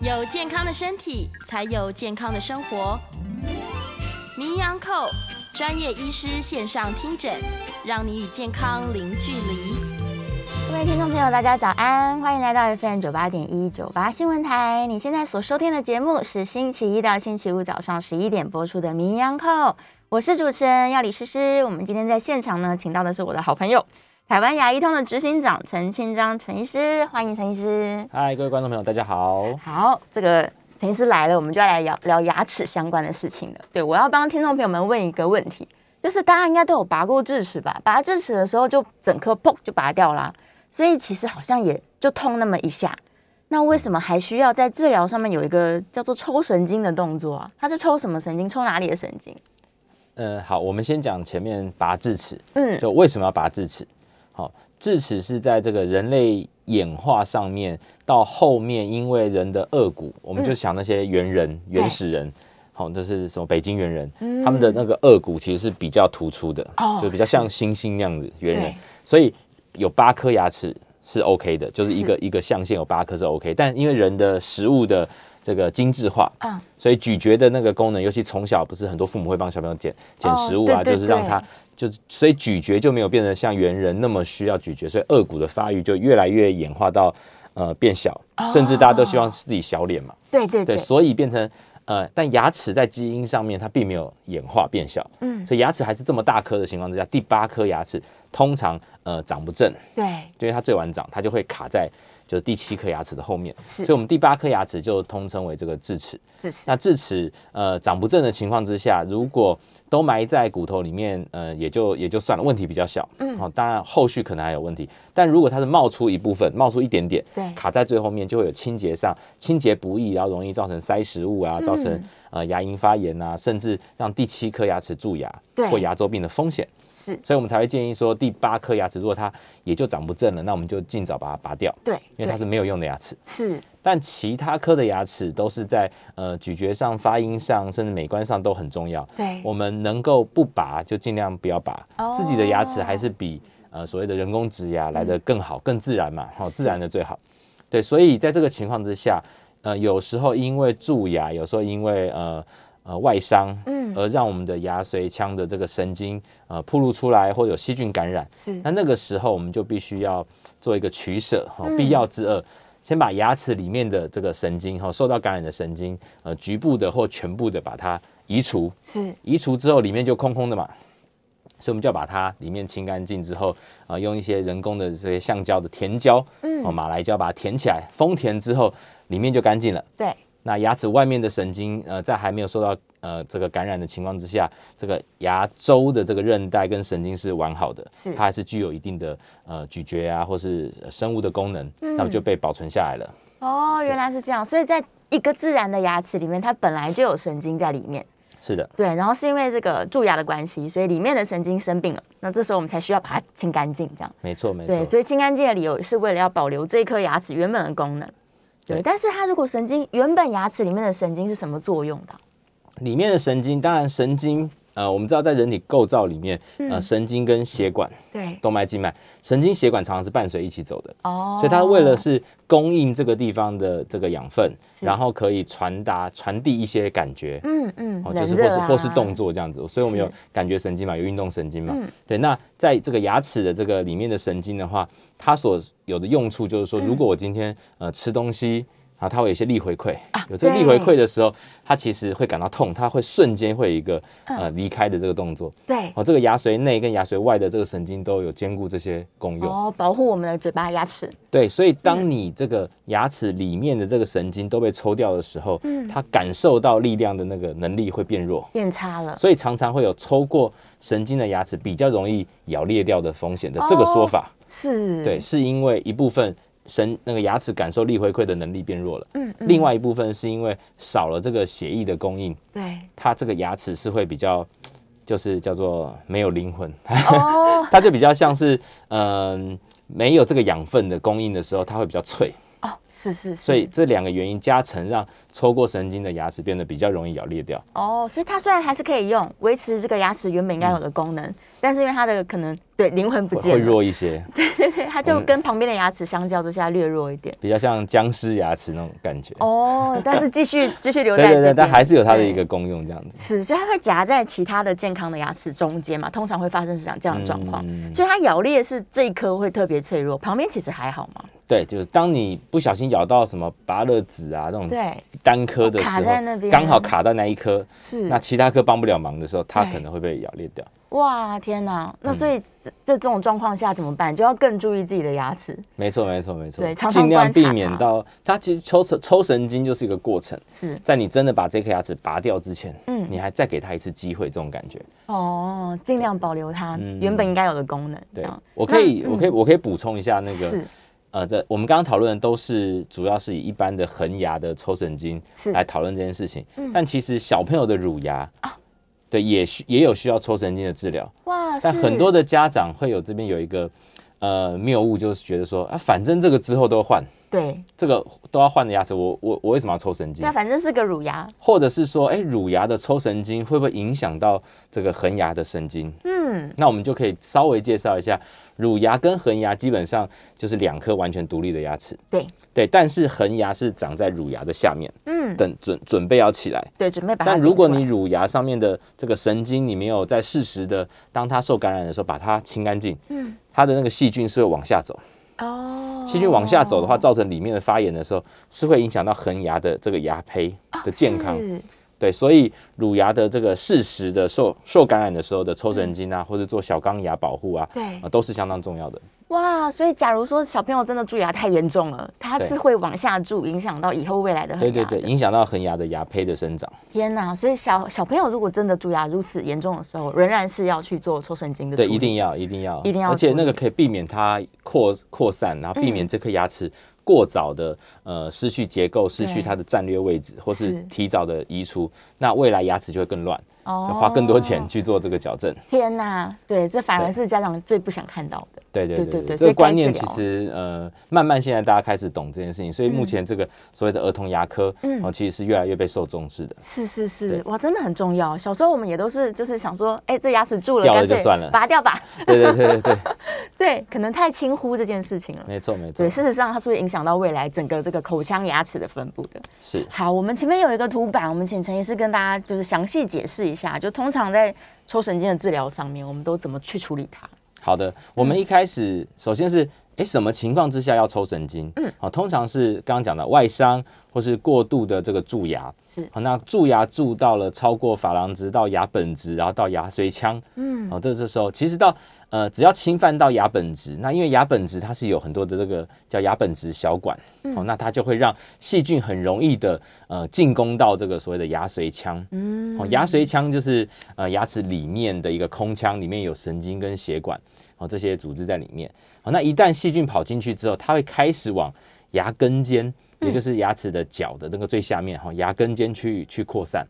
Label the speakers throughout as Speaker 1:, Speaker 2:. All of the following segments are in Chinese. Speaker 1: 有健康的身体，才有健康的生活。名扬扣专业医师线上听诊，让你与健康零距离。
Speaker 2: 各位听众朋友，大家早安，欢迎来到 FM 九八点一九八新闻台。你现在所收听的节目是星期一到星期五早上十一点播出的《名扬扣》，我是主持人要李诗诗。我们今天在现场呢，请到的是我的好朋友台湾牙医通的执行长陈清章陈医师，欢迎陈医师。
Speaker 3: 嗨，各位观众朋友，大家好。
Speaker 2: 好，这个陈医师来了，我们就要来聊聊牙齿相关的事情了。对，我要帮听众朋友们问一个问题，就是大家应该都有拔过智齿吧？拔智齿的时候就整颗砰就拔掉啦，所以其实好像也就痛那么一下。那为什么还需要在治疗上面有一个叫做抽神经的动作啊？它是抽什么神经？抽哪里的神经？
Speaker 3: 嗯，好，我们先讲前面拔智齿，
Speaker 2: 嗯
Speaker 3: 就为什么要拔智齿？好，智齿是在这个人类演化上面到后面，因为人的颚骨，
Speaker 2: 嗯
Speaker 3: 我们就想那些猿人、原始人，好，就是什么北京猿人，他们的那个颚骨其实是比较突出的，
Speaker 2: 嗯哦
Speaker 3: 就比较像猩猩那样子猿人
Speaker 2: 对，
Speaker 3: 所以有八颗牙齿是 OK 的，就是一个
Speaker 2: 是
Speaker 3: 一个象限有八颗是 OK，但因为人的食物的这个精致化，
Speaker 2: 嗯
Speaker 3: 所以咀嚼的那个功能，尤其从小不是很多父母会帮小朋友捡捡食物啊，
Speaker 2: 哦对对
Speaker 3: 就是让他
Speaker 2: 对
Speaker 3: 就是，所以咀嚼就没有变得像猿人那么需要咀嚼，所以颚骨的发育就越来越演化到呃变小，甚至大家都希望自己小脸嘛，
Speaker 2: 对哦对
Speaker 3: 对，
Speaker 2: 对，
Speaker 3: 所以变成呃，但牙齿在基因上面它并没有演化变小，
Speaker 2: 嗯
Speaker 3: 所以牙齿还是这么大颗的情况之下，第八颗牙齿通常呃长不正，
Speaker 2: 对，
Speaker 3: 因为它最晚长，它就会卡在就是第七颗牙齿的后面，
Speaker 2: 是
Speaker 3: 所以我们第八颗牙齿就通称为这个智齿。
Speaker 2: 智齿，
Speaker 3: 那智齿呃长不正的情况之下，如果都埋在骨头里面，呃，也就也就算了，问题比较小。嗯，好、当然后续可能还有问题，但如果它是冒出一部分，冒出一点点，
Speaker 2: 对
Speaker 3: 卡在最后面就会有清洁上清洁不易，然后容易造成塞食物啊，造
Speaker 2: 嗯
Speaker 3: 成、呃牙龈发炎啊，甚至让第七颗牙齿蛀牙
Speaker 2: 对
Speaker 3: 或牙周病的风险。
Speaker 2: 是，
Speaker 3: 所以我们才会建议说，第八颗牙齿如果它也就长不正了，那我们就尽早把它拔掉，
Speaker 2: 对，
Speaker 3: 因为它是没有用的牙齿。
Speaker 2: 是，
Speaker 3: 但其他科的牙齿都是在呃咀嚼上、发音上，甚至美观上都很重要。
Speaker 2: 对，
Speaker 3: 我们能够不拔就尽量不要拔，
Speaker 2: 哦
Speaker 3: 自己的牙齿还是比呃所谓的人工植牙来的更好、更自然
Speaker 2: 嗯
Speaker 3: 嘛，好、自然的最好。对，所以在这个情况之下，呃，有时候因为蛀牙，有时候因为呃呃外伤，
Speaker 2: 嗯
Speaker 3: 而让我们的牙髓腔的这个神经呃暴露出来，或者有细菌感染，
Speaker 2: 是
Speaker 3: 那那个时候我们就必须要做一个取舍，哈、
Speaker 2: 嗯
Speaker 3: 必要之二。先把牙齿里面的这个神经哈、受到感染的神经，呃，局部的或全部的把它移除，
Speaker 2: 是，
Speaker 3: 移除之后里面就空空的嘛，所以我们就要把它里面清干净之后，啊、用一些人工的这些橡胶的填胶，嗯，哦，马来胶把它填起来，封填之后里面就干净了。
Speaker 2: 对，
Speaker 3: 那牙齿外面的神经，呃，在还没有受到呃这个感染的情况之下，这个牙周的这个韧带跟神经是完好的，
Speaker 2: 是
Speaker 3: 它还是具有一定的呃咀嚼啊，或是呃生物的功能，
Speaker 2: 嗯
Speaker 3: 那么就被保存下来了。
Speaker 2: 哦，原来是这样，所以在一个自然的牙齿里面，它本来就有神经在里面。
Speaker 3: 是的，
Speaker 2: 对，然后是因为这个蛀牙的关系，所以里面的神经生病了，那这时候我们才需要把它清干净，这样。
Speaker 3: 没错，没
Speaker 2: 对，
Speaker 3: 错，
Speaker 2: 所以清干净的理由是为了要保留这一颗牙齿原本的功能。对，
Speaker 3: 对
Speaker 2: 但是它如果神经原本牙齿里面的神经是什么作用的啊？
Speaker 3: 里面的神经，当然神经，呃，我们知道在人体构造里面，
Speaker 2: 嗯
Speaker 3: 呃，神经跟血管、
Speaker 2: 对，
Speaker 3: 动脉、静脉，神经血管常常是伴随一起走的。
Speaker 2: 哦，
Speaker 3: 所以它为了是供应这个地方的这个养分，
Speaker 2: 是
Speaker 3: 然后可以传达传递一些感觉，
Speaker 2: 嗯嗯，
Speaker 3: 哦，
Speaker 2: 冷
Speaker 3: 就是或
Speaker 2: 热
Speaker 3: 是
Speaker 2: 啊
Speaker 3: 或是动，作这样子，所以我们有
Speaker 2: 是
Speaker 3: 感觉神经嘛，有运动神经嘛，
Speaker 2: 嗯
Speaker 3: 对。那在这个牙齿的这个里面的神经的话，它所有的用处就是说，
Speaker 2: 嗯
Speaker 3: 如果我今天呃吃东西。啊，它会有一些力回馈，有这个力
Speaker 2: 啊对
Speaker 3: 回馈的时候，它其实会感到痛，它会瞬间会有一个
Speaker 2: 嗯
Speaker 3: 呃离开的这个动作。
Speaker 2: 对，
Speaker 3: 哦，这个牙髓内跟牙髓外的这个神经都有兼顾这些功用。
Speaker 2: 哦，嗯保护我们的嘴巴牙齿，
Speaker 3: 对，所以当你这个牙齿里面的这个神经都被抽掉的时候，
Speaker 2: 嗯
Speaker 3: 它感受到力量的那个能力会变弱，
Speaker 2: 变差了。
Speaker 3: 所以常常会有抽过神经的牙齿比较容易咬裂掉的风险的这个说法。
Speaker 2: 哦是，
Speaker 3: 对，，是因为一部分神那个牙齿感受力回馈的能力变弱了，
Speaker 2: 嗯嗯，
Speaker 3: 另外一部分是因为少了这个血液的供应，
Speaker 2: 对，
Speaker 3: 它这个牙齿是会比较。就是叫做没有灵魂，
Speaker 2: 哦
Speaker 3: 呃它就比较像是，嗯、没有这个养分的供应的时候，它会比较脆。
Speaker 2: 哦，是是是，
Speaker 3: 所以这两个原因加成，让抽过神经的牙齿变得比较容易咬裂掉。
Speaker 2: 哦，所以它虽然还是可以用，维持这个牙齿原本应该有的功能，但是因为它的可能对灵魂不
Speaker 3: 会会
Speaker 2: 见了，
Speaker 3: 弱一些，
Speaker 2: 对，它就跟旁边的牙齿相较之下略弱一点。
Speaker 3: 比较像僵尸牙齿那种感觉。
Speaker 2: 哦，但是继续继续留
Speaker 3: 对
Speaker 2: 在这
Speaker 3: 对对，
Speaker 2: 边，
Speaker 3: 但还是有它的
Speaker 2: 对
Speaker 3: 一个功用，这样子。
Speaker 2: 是，所以它会夹在其他的健康的牙齿中间嘛，通常会发生是这样这样的状况。
Speaker 3: 嗯
Speaker 2: 所以它咬裂是这一颗会特别脆弱，旁边其实还好嘛。
Speaker 3: 对，就是当你不小心咬到什么芭乐籽啊那种
Speaker 2: 对，哦
Speaker 3: 单颗的时
Speaker 2: 卡在那
Speaker 3: 候，
Speaker 2: 边
Speaker 3: 刚好卡到那一颗，
Speaker 2: 是
Speaker 3: 那其他颗帮不了忙的时候，它
Speaker 2: 对
Speaker 3: 可能会被咬裂掉。
Speaker 2: 哇，天哪！那所以这这种状况下怎么办？就要更注意自己的牙齿。
Speaker 3: 没错，没错，没错
Speaker 2: 对，常常
Speaker 3: 尽量
Speaker 2: 观察
Speaker 3: 避免
Speaker 2: 它
Speaker 3: 到它。其实抽神抽神经就是一个过程，
Speaker 2: 是
Speaker 3: 在你真的把这颗牙齿拔掉之前，
Speaker 2: 嗯
Speaker 3: 你还再给它一次机会，这种感觉。
Speaker 2: 哦，尽量保留它
Speaker 3: 嗯
Speaker 2: 原本应该有的功能。这
Speaker 3: 对
Speaker 2: 样，
Speaker 3: 我可以，
Speaker 2: 那嗯
Speaker 3: 我可以，我可以补充一下那个，
Speaker 2: 是
Speaker 3: 呃，这我们刚刚讨论的都是主要是以一般的恒牙的抽神经
Speaker 2: 是嗯
Speaker 3: 来讨论这件事情，但其实小朋友的乳牙
Speaker 2: 啊
Speaker 3: 对，也需也有需要抽神经的治疗，
Speaker 2: 哇，
Speaker 3: 但
Speaker 2: 是
Speaker 3: 很多的家长会有这边有一个呃谬误，就是觉得说啊，反正这个之后都换，
Speaker 2: 对，
Speaker 3: 这个都要换的牙齿，我我我为什么要抽神经
Speaker 2: 但？反正是个乳牙。
Speaker 3: 或者是说，哎，乳牙的抽神经会不会影响到这个恒牙的神经？
Speaker 2: 嗯，
Speaker 3: 那我们就可以稍微介绍一下，乳牙跟恒牙基本上就是两颗完全独立的牙齿。
Speaker 2: 对
Speaker 3: 对，但是恒牙是长在乳牙的下面，
Speaker 2: 嗯，
Speaker 3: 等准准备要起来。
Speaker 2: 对，准备把它
Speaker 3: 但
Speaker 2: 顶出来。
Speaker 3: 如果你乳牙上面的这个神经，你没有在适时的当它受感染的时候把它清干净，
Speaker 2: 嗯
Speaker 3: 它的那个细菌是会往下走。
Speaker 2: 哦，
Speaker 3: 细菌往下走的话，造成里面的发炎的时候，是会影响到恒牙的这个牙胚的健康。
Speaker 2: 哦是
Speaker 3: 对，所以乳牙的这个适时的受受感染的时候的抽神经啊，或者做小钢牙保护啊，
Speaker 2: 嗯对
Speaker 3: 啊，都是相当重要的。
Speaker 2: 哇，所以假如说小朋友真的蛀牙太严重了，它
Speaker 3: 对
Speaker 2: 是会往下蛀，影响到以后未来的恒
Speaker 3: 对
Speaker 2: 牙
Speaker 3: 对
Speaker 2: 的
Speaker 3: 对，影响到恒牙的牙胚的生长。
Speaker 2: 天哪！所以小小朋友如果真的蛀牙如此严重的时候，仍然是要去做抽神经的
Speaker 3: 对，
Speaker 2: 处理
Speaker 3: 一定要，一定要，
Speaker 2: 一定要
Speaker 3: 而且那
Speaker 2: 注
Speaker 3: 个
Speaker 2: 意
Speaker 3: 可以避免它扩扩散，然后避免这颗牙齿过早的呃失去结构，失去
Speaker 2: 对
Speaker 3: 它的战略位置，或是
Speaker 2: 是
Speaker 3: 提早的移除，那未来牙齿就会更乱，要
Speaker 2: 哦
Speaker 3: 花更多钱。去做这个矫正。
Speaker 2: 天哪！对，这反而
Speaker 3: 对
Speaker 2: 是家长最不想看到的。
Speaker 3: 对对
Speaker 2: 对
Speaker 3: 对
Speaker 2: 对对所
Speaker 3: 这个
Speaker 2: 以该
Speaker 3: 观念
Speaker 2: 治
Speaker 3: 其
Speaker 2: 疗
Speaker 3: 实呃，慢慢现在大家开始懂这件事情，所以目前这个所谓的儿童牙科，
Speaker 2: 嗯
Speaker 3: 哦，其实是越来越被受重视的。
Speaker 2: 是是
Speaker 3: 对
Speaker 2: 是，哇，真的很重要。小时候我们也都是就是想说，哎，这牙齿蛀了，
Speaker 3: 掉了
Speaker 2: 干脆
Speaker 3: 就算了
Speaker 2: 拔掉吧。
Speaker 3: 对对对对对，
Speaker 2: 对，可能太轻忽这件事情了。
Speaker 3: 没错没错
Speaker 2: 对，，事实上它是会影响到未来整个这个口腔牙齿的分布的。
Speaker 3: 是
Speaker 2: 好，我们前面有一个图板，我们请陈医师跟大家就是详细解释一下，就通常在抽神经的治疗上面，我们都怎么去处理它？
Speaker 3: 好的。我
Speaker 2: 嗯
Speaker 3: 们一开始首先是哎，诶什么情况之下要抽神经？嗯，好，通常是刚刚讲的外伤或是过度的这个蛀牙。
Speaker 2: 是
Speaker 3: 好，那蛀牙蛀到了超过珐琅质到牙本质，然后到牙髓腔，
Speaker 2: 嗯，
Speaker 3: 哦，这这时候其实到呃，只要侵犯到牙本质，那因为牙本质它是有很多的这个叫牙本质小管，
Speaker 2: 嗯
Speaker 3: 哦，那它就会让细菌很容易的呃进攻到这个所谓的牙髓腔，嗯，哦，牙髓腔就是呃牙齿里面的一个空腔，里面有神经跟血管，哦，这些组织在里面，哦，那一旦细菌跑进去之后，它会开始往牙根尖，也就是牙齿的角的那个最下面，哈、哦，牙根尖去去扩散。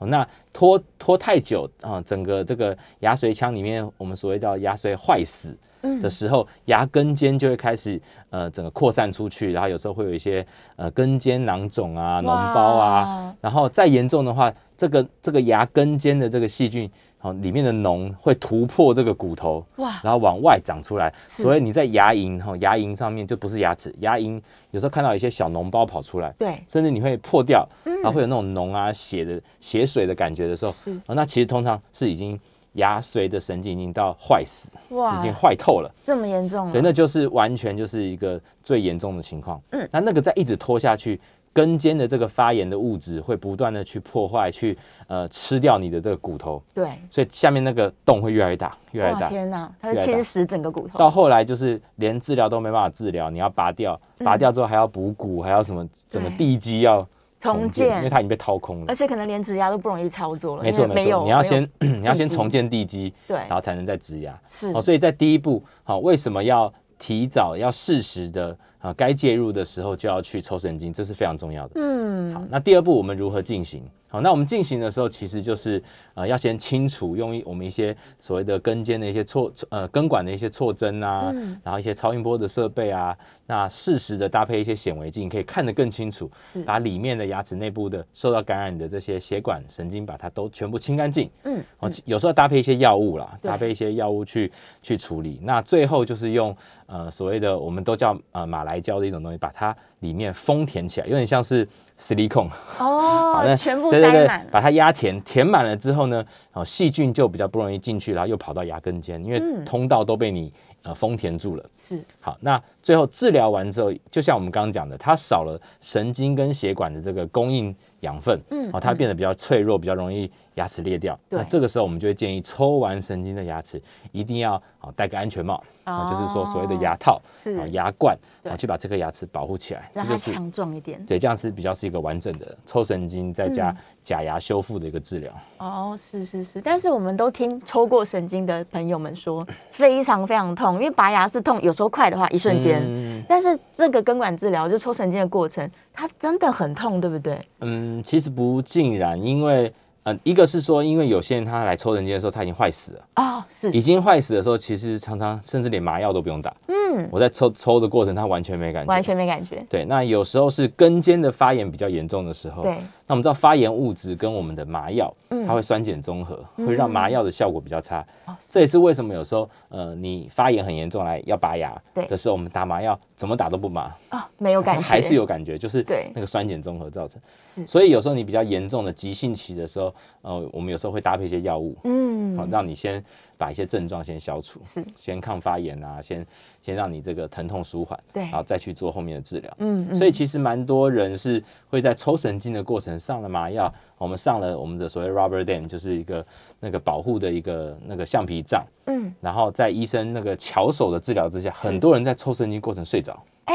Speaker 3: 哦，那拖拖太久啊、整个这个牙髓腔里面，我们所谓叫牙髓坏死的时候，牙根尖就会开始呃整个扩散出去，然后有时候会有一些呃根尖囊肿啊、脓包啊
Speaker 2: 哇，
Speaker 3: 然后再严重的话，这个这个牙根尖的这个细菌，哦里面的脓会突破这个骨头，
Speaker 2: 哇，
Speaker 3: 然后往外长出来，
Speaker 2: 是
Speaker 3: 所以你在牙龈哈、哦牙龈上面就不是牙齿，牙龈有时候看到一些小脓包跑出来，
Speaker 2: 对，
Speaker 3: 甚至你会破掉，
Speaker 2: 嗯
Speaker 3: 然后会有那种脓啊、血的血水的感觉的时候，
Speaker 2: 是
Speaker 3: 哦，那其实通常是已经牙髓的神经已经到坏死，已
Speaker 2: 哇
Speaker 3: 经，坏透了，
Speaker 2: 这么严重、啊？
Speaker 3: 对，那就是完全就是一个最严重的情况。
Speaker 2: 嗯，
Speaker 3: 那那个再一直拖下去，根尖的这个发炎的物质会不断的去破坏，去呃吃掉你的这个骨头，
Speaker 2: 对，
Speaker 3: 所以下面那个洞会越来越大，越来越
Speaker 2: 哇
Speaker 3: 大。
Speaker 2: 天哪，它
Speaker 3: 越
Speaker 2: 会
Speaker 3: 来越大
Speaker 2: 侵蚀整个骨头。
Speaker 3: 到后来就是连治疗都没办法治疗，你要拔掉，拔掉之后还要补骨，还要什么整个
Speaker 2: 嗯对
Speaker 3: 地基要
Speaker 2: 重
Speaker 3: 重建，
Speaker 2: 建
Speaker 3: 因为它已经被掏空了
Speaker 2: 而。且可能连植牙都不容易操作了，
Speaker 3: 没
Speaker 2: 因
Speaker 3: 错
Speaker 2: 为
Speaker 3: 没
Speaker 2: 没有
Speaker 3: 错，你要
Speaker 2: 没有
Speaker 3: 先你要先
Speaker 2: 地基
Speaker 3: 重建地基，
Speaker 2: 对
Speaker 3: 然后才能再植牙。
Speaker 2: 是
Speaker 3: 哦，所以在第一步，好、为什么要提早要适时的啊，该介入的时候就要去抽神经，这是非常重要的。
Speaker 2: 嗯，
Speaker 3: 好，那第二步我们如何进行？好，那我们进行的时候，其实就是呃要先清除用一我们一些所谓的根尖的一些错呃根管的一些错针啊，
Speaker 2: 嗯
Speaker 3: 然后一些超音波的设备啊，那适时的搭配一些显微镜，可以看得更清楚
Speaker 2: 是，
Speaker 3: 把里面的牙齿内部的受到感染的这些血管神经把它都全部清干净。
Speaker 2: 嗯，
Speaker 3: 哦，有时候搭配一些药物啦，
Speaker 2: 对
Speaker 3: 搭配一些药物去去处理。那最后就是用呃所谓的我们都叫呃马来胶的一种东西，把它里面封填起来，有点像是 silicone，把
Speaker 2: 哦，
Speaker 3: 那
Speaker 2: 全部
Speaker 3: 对对
Speaker 2: 塞
Speaker 3: 对
Speaker 2: 满，了，
Speaker 3: 把它压填，填满了之后呢，哦细菌就比较不容易进去，然后又跑到牙根尖，因
Speaker 2: 嗯
Speaker 3: 为通道都被你呃封填住了。
Speaker 2: 是
Speaker 3: 好，那最后治疗完之后，就像我们刚刚讲的，它少了神经跟血管的这个供应养分，
Speaker 2: 嗯
Speaker 3: 哦，它
Speaker 2: 嗯
Speaker 3: 变得比较脆弱，比较容易牙齿裂掉。
Speaker 2: 对
Speaker 3: 那这个时候我们就会建议抽完神经的牙齿一定要好戴个安全帽，啊，就是说所谓的牙套、
Speaker 2: 哦是
Speaker 3: 啊牙冠，
Speaker 2: 对
Speaker 3: 啊去把这颗牙齿保护起来。这
Speaker 2: 让
Speaker 3: 就
Speaker 2: 它
Speaker 3: 是
Speaker 2: 强壮一点。
Speaker 3: 对，这样是比较是一个完整的抽神经再加
Speaker 2: 嗯
Speaker 3: 假牙修复的一个治疗。
Speaker 2: 哦，是是是，但是我们都听抽过神经的朋友们说，非常非常痛，因为拔牙是痛，有时候快的话一瞬间，
Speaker 3: 嗯
Speaker 2: 但是这个根管治疗就抽神经的过程，它真的很痛，对不对？
Speaker 3: 嗯，其实不尽然，因为呃，一个是说，因为有些人他来抽神经的时候他已经坏死了。
Speaker 2: 哦， 是
Speaker 3: 已经坏死的时候，其实常常甚至连麻药都不用打。
Speaker 2: 嗯，
Speaker 3: 我在抽抽的过程，它完全没感觉。
Speaker 2: 完全没感觉。
Speaker 3: 对，那有时候是根尖的发炎比较严重的时候，
Speaker 2: 对，
Speaker 3: 那我们知道发炎物质跟我们的麻药，
Speaker 2: 嗯
Speaker 3: 它会酸碱中和，会让麻药的效果比较差。
Speaker 2: 哦是
Speaker 3: 这也是为什么有时候，呃，你发炎很严重来要拔牙
Speaker 2: 对
Speaker 3: 的时候，我们打麻药怎么打都不麻，
Speaker 2: 哦，没有感
Speaker 3: 它
Speaker 2: 觉，
Speaker 3: 还是有感觉，就是
Speaker 2: 对
Speaker 3: 那个酸碱中和造成。
Speaker 2: 是
Speaker 3: 所以有时候你比较严重的急性期的时候，呃，我们有时候会搭配一些药物，好、
Speaker 2: 嗯，
Speaker 3: 让你先把一些症状先消除，
Speaker 2: 是
Speaker 3: 先抗发炎啊，先先让你这个疼痛舒缓，
Speaker 2: 对
Speaker 3: 然后再去做后面的治疗。
Speaker 2: 哎嗯嗯
Speaker 3: 所以其实蛮多人是会在抽神经的过程上了麻药，我们上了我们的所谓 rubber dam，就是一个那个保护的一个那个橡皮杖，
Speaker 2: 嗯，
Speaker 3: 然后在医生那个巧手的治疗之下，很多人在抽神经过程睡着，
Speaker 2: 哎，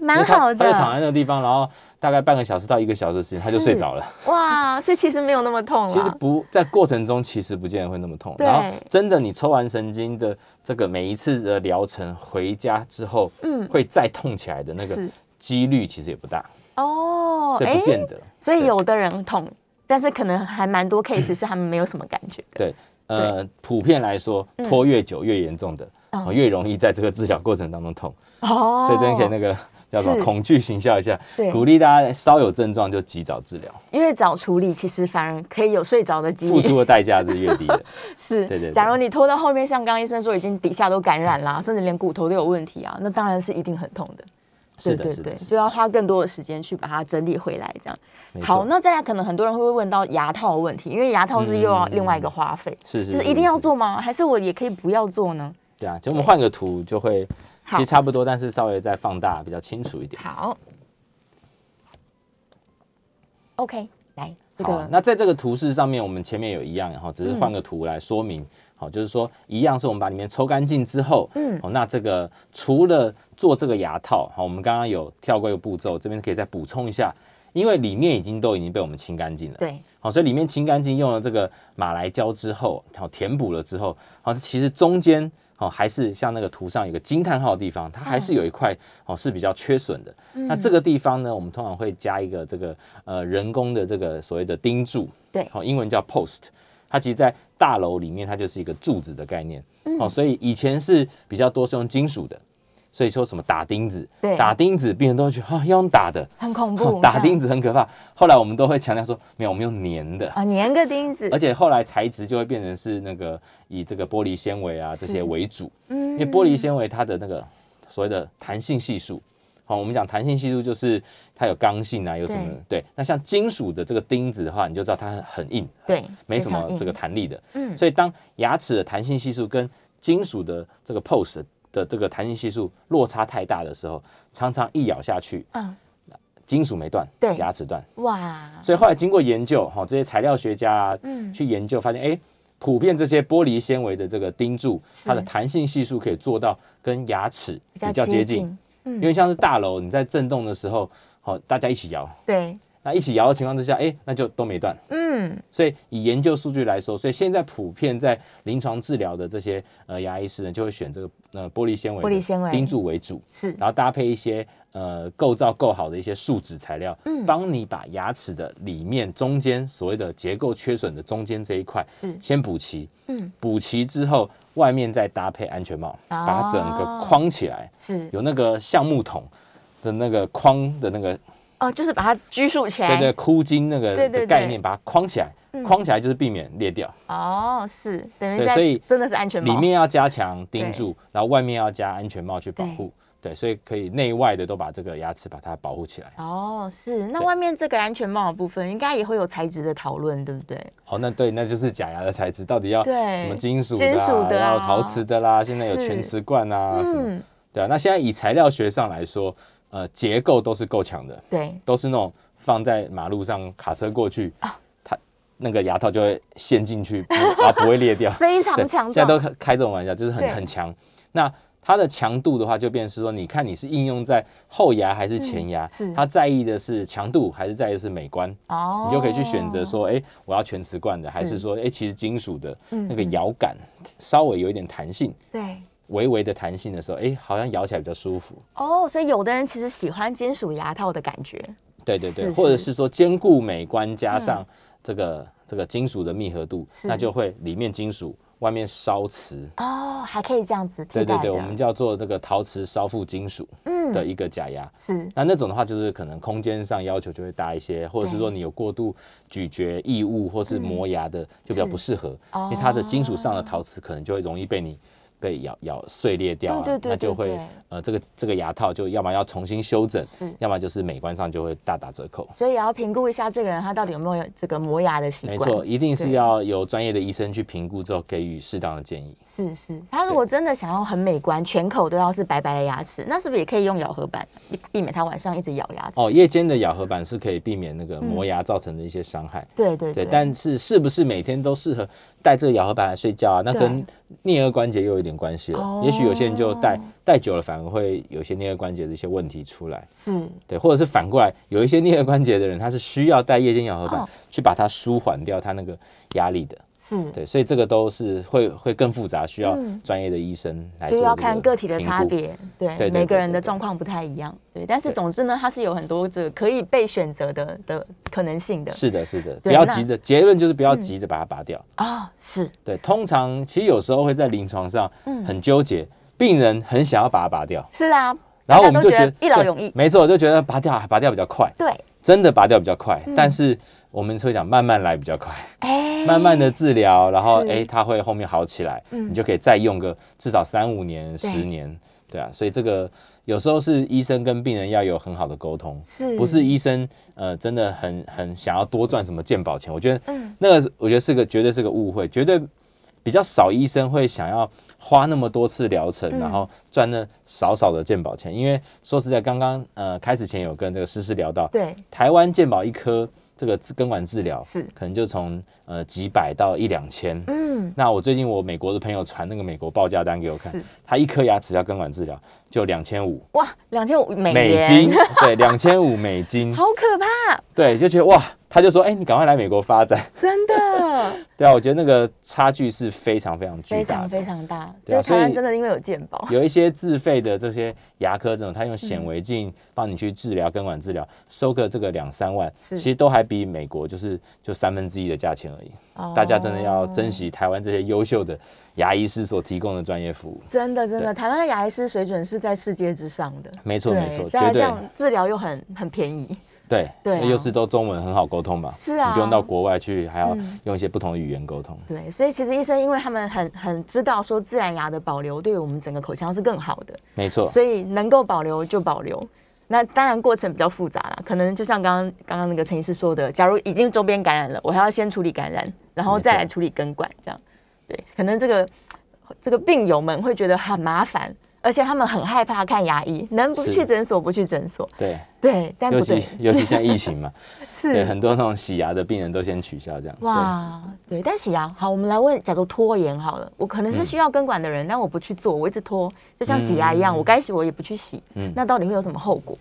Speaker 3: 因
Speaker 2: 蛮
Speaker 3: 为他
Speaker 2: 好
Speaker 3: 他就躺
Speaker 2: 的，
Speaker 3: 在那个地方，然后大概半个小时到一个小时的时间他就是睡着了。
Speaker 2: 哇，所以其实没有那么痛
Speaker 3: 其实
Speaker 2: 了，
Speaker 3: 不在过程中，其实不见得会那么痛。
Speaker 2: 对
Speaker 3: 然后真的，你抽完神经的这个每一次的疗程回家之后，
Speaker 2: 嗯
Speaker 3: 会再痛起来的那个
Speaker 2: 是
Speaker 3: 几率其实也不大，
Speaker 2: 哦，
Speaker 3: 所以不见得。
Speaker 2: 所以
Speaker 3: 对
Speaker 2: 有的人痛，但是可能还蛮多 case 是他们没有什么感觉的。
Speaker 3: 对，呃，普遍来说，拖越久越严重的，
Speaker 2: 嗯
Speaker 3: 哦越容易在这个治疗过程当中痛。
Speaker 2: 哦
Speaker 3: 所以真的可以那个叫什
Speaker 2: 是
Speaker 3: 么恐惧行销一下
Speaker 2: 对，
Speaker 3: 鼓励大家稍有症状就及早治疗，
Speaker 2: 因为早处理，其实反而可以有睡着的机
Speaker 3: 付出
Speaker 2: 会。
Speaker 3: 的代价是越 低的。
Speaker 2: 是，
Speaker 3: 对对对
Speaker 2: 假如你拖到后面，像刚刚医生说，已经底下都感染啦，甚至连骨头都有问题啊，那当然是一定很痛的。
Speaker 3: 是
Speaker 2: 对
Speaker 3: 的，是
Speaker 2: 对对，
Speaker 3: 的，是的
Speaker 2: 就要花更多的时间去把它整理回来，这样。
Speaker 3: 没
Speaker 2: 好，
Speaker 3: 错。
Speaker 2: 那再来，可能很多人会问到牙套的问题，因为牙套是又要另外一个花费，
Speaker 3: 是是
Speaker 2: 就是
Speaker 3: 是
Speaker 2: 一定要
Speaker 3: 是
Speaker 2: 做吗？还是我也可以不要做呢？
Speaker 3: 对啊，其实我们换个图就会，
Speaker 2: 好
Speaker 3: 其实差不多，但是稍微再放大比较清楚一点。
Speaker 2: 好，OK，来这
Speaker 3: 好啊
Speaker 2: 个，
Speaker 3: 那在这个图示上面，我们前面有一样，然后只是换个图来说明。好，就是说一样是我们把里面抽干净之后，
Speaker 2: 嗯
Speaker 3: 嗯，哦，那这个除了做这个牙套，好，我们刚刚有跳过一个步骤，这边可以再补充一下，因为里面已经都已经被我们清干净了。
Speaker 2: 对，
Speaker 3: 好，所以里面清干净用了这个马来胶之后，好填补了之后，好，其实中间好还是像那个图上有个惊叹号的地方，它还是有一块哦是比较缺损的。
Speaker 2: 嗯
Speaker 3: 那这个地方呢，我们通常会加一个这个呃人工的这个所谓的钉柱，
Speaker 2: 对
Speaker 3: 好，英文叫 post，它其实在大楼里面它就是一个柱子的概念，
Speaker 2: 嗯
Speaker 3: 好，所以以前是比较多是用金属的。所以说什么打钉子
Speaker 2: 对，
Speaker 3: 打钉子，病人都会觉得啊要用打的，
Speaker 2: 很恐
Speaker 3: 哦
Speaker 2: 怖，
Speaker 3: 打钉
Speaker 2: 子
Speaker 3: 子很可怕。后来我们都会强调说，没有，我们用粘的，
Speaker 2: 啊，粘个钉子
Speaker 3: 而，且后来材质就会变成是那个以这个玻璃纤维啊这些为主，
Speaker 2: 嗯
Speaker 3: 因为玻璃纤维它的那个所谓的弹性系数。好，我们讲弹性系数就是它有刚性啊，有什么对？那像金属的这个钉子的话，你就知道它很很硬，
Speaker 2: 对，
Speaker 3: 没什
Speaker 2: 非常
Speaker 3: 么
Speaker 2: 硬
Speaker 3: 这个弹力的。
Speaker 2: 嗯
Speaker 3: 所以当牙齿的弹性系数跟金属的这个 pose 的这个弹性系数落差太大的时候，常常一咬下去，
Speaker 2: 嗯，
Speaker 3: 金属没断，
Speaker 2: 对
Speaker 3: 牙齿断。
Speaker 2: 哇，
Speaker 3: 所以后来经过研究，哈、这些材料学家啊，
Speaker 2: 嗯
Speaker 3: 去研究发现，哎，普遍这些玻璃纤维的这个钉柱，
Speaker 2: 是
Speaker 3: 它的弹性系数可以做到跟牙齿比较接近，，
Speaker 2: 嗯
Speaker 3: 因为像是大楼你在震动的时候，好、大家一起摇，
Speaker 2: 对，
Speaker 3: 那一起摇的情况之下，哎，那就都没断，
Speaker 2: 嗯嗯，
Speaker 3: 所以以研究数据来说，所以现在普遍在临床治疗的这些呃牙医师呢，就会选这个呃玻璃纤维、
Speaker 2: 玻璃纤维
Speaker 3: 钉柱为主，
Speaker 2: 是
Speaker 3: 然后搭配一些呃构造够好的一些树脂材料，
Speaker 2: 嗯
Speaker 3: 帮你把牙齿的里面中间所谓的结构缺损的中间这一块
Speaker 2: 是
Speaker 3: 先补齐，
Speaker 2: 嗯，
Speaker 3: 补齐之后外面再搭配安全帽，把它整
Speaker 2: 哦
Speaker 3: 个框起来，
Speaker 2: 是
Speaker 3: 有那个橡木桶的那个框的那个
Speaker 2: 哦，就是把它拘束起
Speaker 3: 对
Speaker 2: 来。
Speaker 3: 对箍筋那
Speaker 2: 对
Speaker 3: 个
Speaker 2: 对
Speaker 3: 的
Speaker 2: 对嗯
Speaker 3: 概念，把它框起来，框起来就是避免裂掉。
Speaker 2: 哦，是等于
Speaker 3: 对
Speaker 2: 在
Speaker 3: 所以
Speaker 2: 真的是安全帽
Speaker 3: 里面要加强钉住，然后外面要加安全帽去保护。对，所以可以内外的都把这个牙齿把它保护起来。
Speaker 2: 哦，是那
Speaker 3: 对
Speaker 2: 外面这个安全帽的部分，应该也会有材质的讨论，对不对？
Speaker 3: 哦，那对，那就是假牙的材质到底要
Speaker 2: 对
Speaker 3: 什么金属
Speaker 2: 金
Speaker 3: 的、
Speaker 2: 属
Speaker 3: 啊，
Speaker 2: 的啊
Speaker 3: 然后陶瓷的啦，现在有
Speaker 2: 是
Speaker 3: 全瓷冠啊什么
Speaker 2: 嗯，，
Speaker 3: 对啊。那现在以材料学上来说，呃，结构都是够强的，
Speaker 2: 对，
Speaker 3: 都是那种放在马路上卡车过去，
Speaker 2: 啊
Speaker 3: 它那个牙套就会陷进去，不然后不会裂 掉。
Speaker 2: 非常
Speaker 3: 对，
Speaker 2: 强
Speaker 3: 现在
Speaker 2: 壮。
Speaker 3: 都开开这种玩笑，就是
Speaker 2: 对
Speaker 3: 很很强。那它的强度的话，就变成是说，你看你是应用在后牙还是前牙，
Speaker 2: 嗯是
Speaker 3: 它在意的是强度还是在意的是美观，
Speaker 2: 哦，
Speaker 3: 你就可以去选择说，哎、我要全瓷冠的，还
Speaker 2: 是
Speaker 3: 是说，哎、其实金属的
Speaker 2: 嗯
Speaker 3: 那个
Speaker 2: 嗯
Speaker 3: 摇感稍微有一点弹性，
Speaker 2: 对。
Speaker 3: 微微的弹性的时候，哎、好像咬起来比较舒服。
Speaker 2: 哦，所以有的人其实喜欢金属牙套的感觉，
Speaker 3: 对对对，
Speaker 2: 是
Speaker 3: 或者
Speaker 2: 是嗯
Speaker 3: 是说兼顾美观加上这个、这个金属的密合度，
Speaker 2: 是
Speaker 3: 那就会里面金属，外面烧瓷。
Speaker 2: 哦，还可以这样子替代
Speaker 3: 对对
Speaker 2: 的。
Speaker 3: 对，我们叫做这个陶瓷烧附金属
Speaker 2: 嗯
Speaker 3: 的一个假牙。
Speaker 2: 是
Speaker 3: 那那种的话，就是可能空间上要求就会大一些，或者是说你有过度咀嚼异物或
Speaker 2: 嗯
Speaker 3: 是磨牙的，就比较不适合，
Speaker 2: 哦
Speaker 3: 因为它的金属上的陶瓷可能就会容易被你被咬咬碎裂掉啊，
Speaker 2: 对对对
Speaker 3: 那就
Speaker 2: 对
Speaker 3: 会
Speaker 2: 对
Speaker 3: 呃这个这个牙套就要么要重新修整
Speaker 2: 是，
Speaker 3: 要么就是美观上就会大打折扣。
Speaker 2: 所以也要评估一下这个人他到底有没有这个磨牙的习
Speaker 3: 没
Speaker 2: 惯。
Speaker 3: 错，，一定是
Speaker 2: 对
Speaker 3: 要由专业的医生去评估之后给予适当的建议。
Speaker 2: 是是。他如果真的想要很美观，全口都要是白白的牙齿，那是不是也可以用咬合板，以避免他晚上一直咬牙齿？
Speaker 3: 哦，夜间的咬合板是可以避免那
Speaker 2: 嗯
Speaker 3: 个磨牙造成的一些伤害。
Speaker 2: 对对
Speaker 3: 对，但是是不是每天都适合戴这个咬合板来睡觉啊？那
Speaker 2: 对
Speaker 3: 跟颞颌关节又有点关系
Speaker 2: 哦
Speaker 3: 了。也许有些人就戴戴久了，反而会有一些颞颌关节的一些问题出来。
Speaker 2: 是
Speaker 3: 对，或者是反过来，有一些颞颌关节的人，他是需要戴夜间咬合板
Speaker 2: 哦
Speaker 3: 去把它舒缓掉他那个压力的。
Speaker 2: 是，
Speaker 3: 对，所以这个都是会会更复杂，需要
Speaker 2: 嗯
Speaker 3: 专业的医生来做
Speaker 2: 就
Speaker 3: 这
Speaker 2: 要看个体的
Speaker 3: 评
Speaker 2: 差
Speaker 3: 估。
Speaker 2: 别，对
Speaker 3: 对对
Speaker 2: 每个
Speaker 3: 对
Speaker 2: 人的
Speaker 3: 对对
Speaker 2: 状况不太一样，对。但是
Speaker 3: 对
Speaker 2: 总之呢，它是有很多这个可以被选择的的可能性的。
Speaker 3: 是的，是的，不
Speaker 2: 对
Speaker 3: 要
Speaker 2: 那嗯
Speaker 3: 急着，结论就是不要急着把它拔掉。
Speaker 2: 哦，是
Speaker 3: 对，通常其实有时候会在临床上
Speaker 2: 嗯
Speaker 3: 很纠结，病人很想要把它拔掉，
Speaker 2: 是啊，
Speaker 3: 然后
Speaker 2: 大
Speaker 3: 我们
Speaker 2: 家
Speaker 3: 就
Speaker 2: 都
Speaker 3: 觉
Speaker 2: 觉
Speaker 3: 得
Speaker 2: 得一劳
Speaker 3: 对
Speaker 2: 永逸，
Speaker 3: 没错，我就觉得拔掉拔掉比较快，
Speaker 2: 对，嗯
Speaker 3: 真的拔掉比较快，但是我们会讲慢慢来比较快，
Speaker 2: 哎，
Speaker 3: 慢慢的治疗，然后
Speaker 2: 是嗯
Speaker 3: 哎它会后面好起来，你就可以再用个至少三五年、十年，对啊，所以这个有时候是医生跟病人要有很好的沟通，
Speaker 2: 是
Speaker 3: 不是医生呃真的很很想要多赚什么健保钱，我觉得
Speaker 2: 嗯
Speaker 3: 那个我觉得是个绝对是个误会，绝对比较少医生会想要花那么多次疗
Speaker 2: 嗯
Speaker 3: 程，然后赚那少少的健保钱，因为说实在，刚刚呃开始前有跟这个诗诗聊到，
Speaker 2: 对，
Speaker 3: 台湾健保一颗这个根管治疗
Speaker 2: 是
Speaker 3: 可能就从呃几百到一两千，
Speaker 2: 嗯，
Speaker 3: 那我最近我美国的朋友传那个美国报价单给我看
Speaker 2: 是，
Speaker 3: 他一颗牙齿要根管治疗就两千五
Speaker 2: 哇，两千五美
Speaker 3: 美
Speaker 2: 元
Speaker 3: 金，对，两千五美金，
Speaker 2: 好可怕，
Speaker 3: 对，就觉得哇，他就说，哎、你赶快来美国发展，
Speaker 2: 真的
Speaker 3: 对啊，我觉得那个差距是非常非常巨
Speaker 2: 非
Speaker 3: 大
Speaker 2: 常
Speaker 3: 的，
Speaker 2: 非常大。
Speaker 3: 对
Speaker 2: 所以台
Speaker 3: 啊
Speaker 2: 湾
Speaker 3: 所以
Speaker 2: 真的因为有健保，
Speaker 3: 有一些自费的这些牙科这种，他用显
Speaker 2: 嗯
Speaker 3: 微镜帮你去治疗、根管治疗，收个这个两三万，
Speaker 2: 是
Speaker 3: 其实都还比美国就是就三分之一的价钱而已。
Speaker 2: 哦
Speaker 3: 大家真的要珍惜台湾这些优秀的牙医师所提供的专业服务。
Speaker 2: 真的真的，
Speaker 3: 对
Speaker 2: 台湾的牙医师水准是在世界之上的。
Speaker 3: 没错，
Speaker 2: 对，
Speaker 3: 没错，
Speaker 2: 再来这
Speaker 3: 绝对
Speaker 2: 样治疗又很很便宜，
Speaker 3: 对，
Speaker 2: 对啊
Speaker 3: 又是都中文很好沟通嘛，
Speaker 2: 是啊
Speaker 3: 你不用到国外去，还要
Speaker 2: 嗯
Speaker 3: 用一些不同的语言沟通。
Speaker 2: 对，所以其实医生因为他们很很知道说自然牙的保留对于我们整个口腔是更好的，
Speaker 3: 没错，
Speaker 2: 所以能够保留就保留。那当然过程比较复杂啦，可能就像刚刚刚刚那个陈医师说的，假如已经周边感染了，我还要先处理感染，然后
Speaker 3: 没错
Speaker 2: 再来处理根管，这样对，可能这个这个病友们会觉得很麻烦，而且他们很害怕看牙医，能不
Speaker 3: 是
Speaker 2: 去诊所不去诊所，
Speaker 3: 对，
Speaker 2: 对，但
Speaker 3: 尤
Speaker 2: 不对
Speaker 3: 其，尤其现在疫情嘛，对，
Speaker 2: 是
Speaker 3: 很多那种洗牙的病人都先取消这样。对，
Speaker 2: 哇，对，但洗牙好，我们来问，假如拖延好了，我可能是需要根管的人，但我不去做，我一直拖，就像洗牙一样，我该洗我也不去洗，
Speaker 3: 嗯
Speaker 2: 那到底会有什么后果？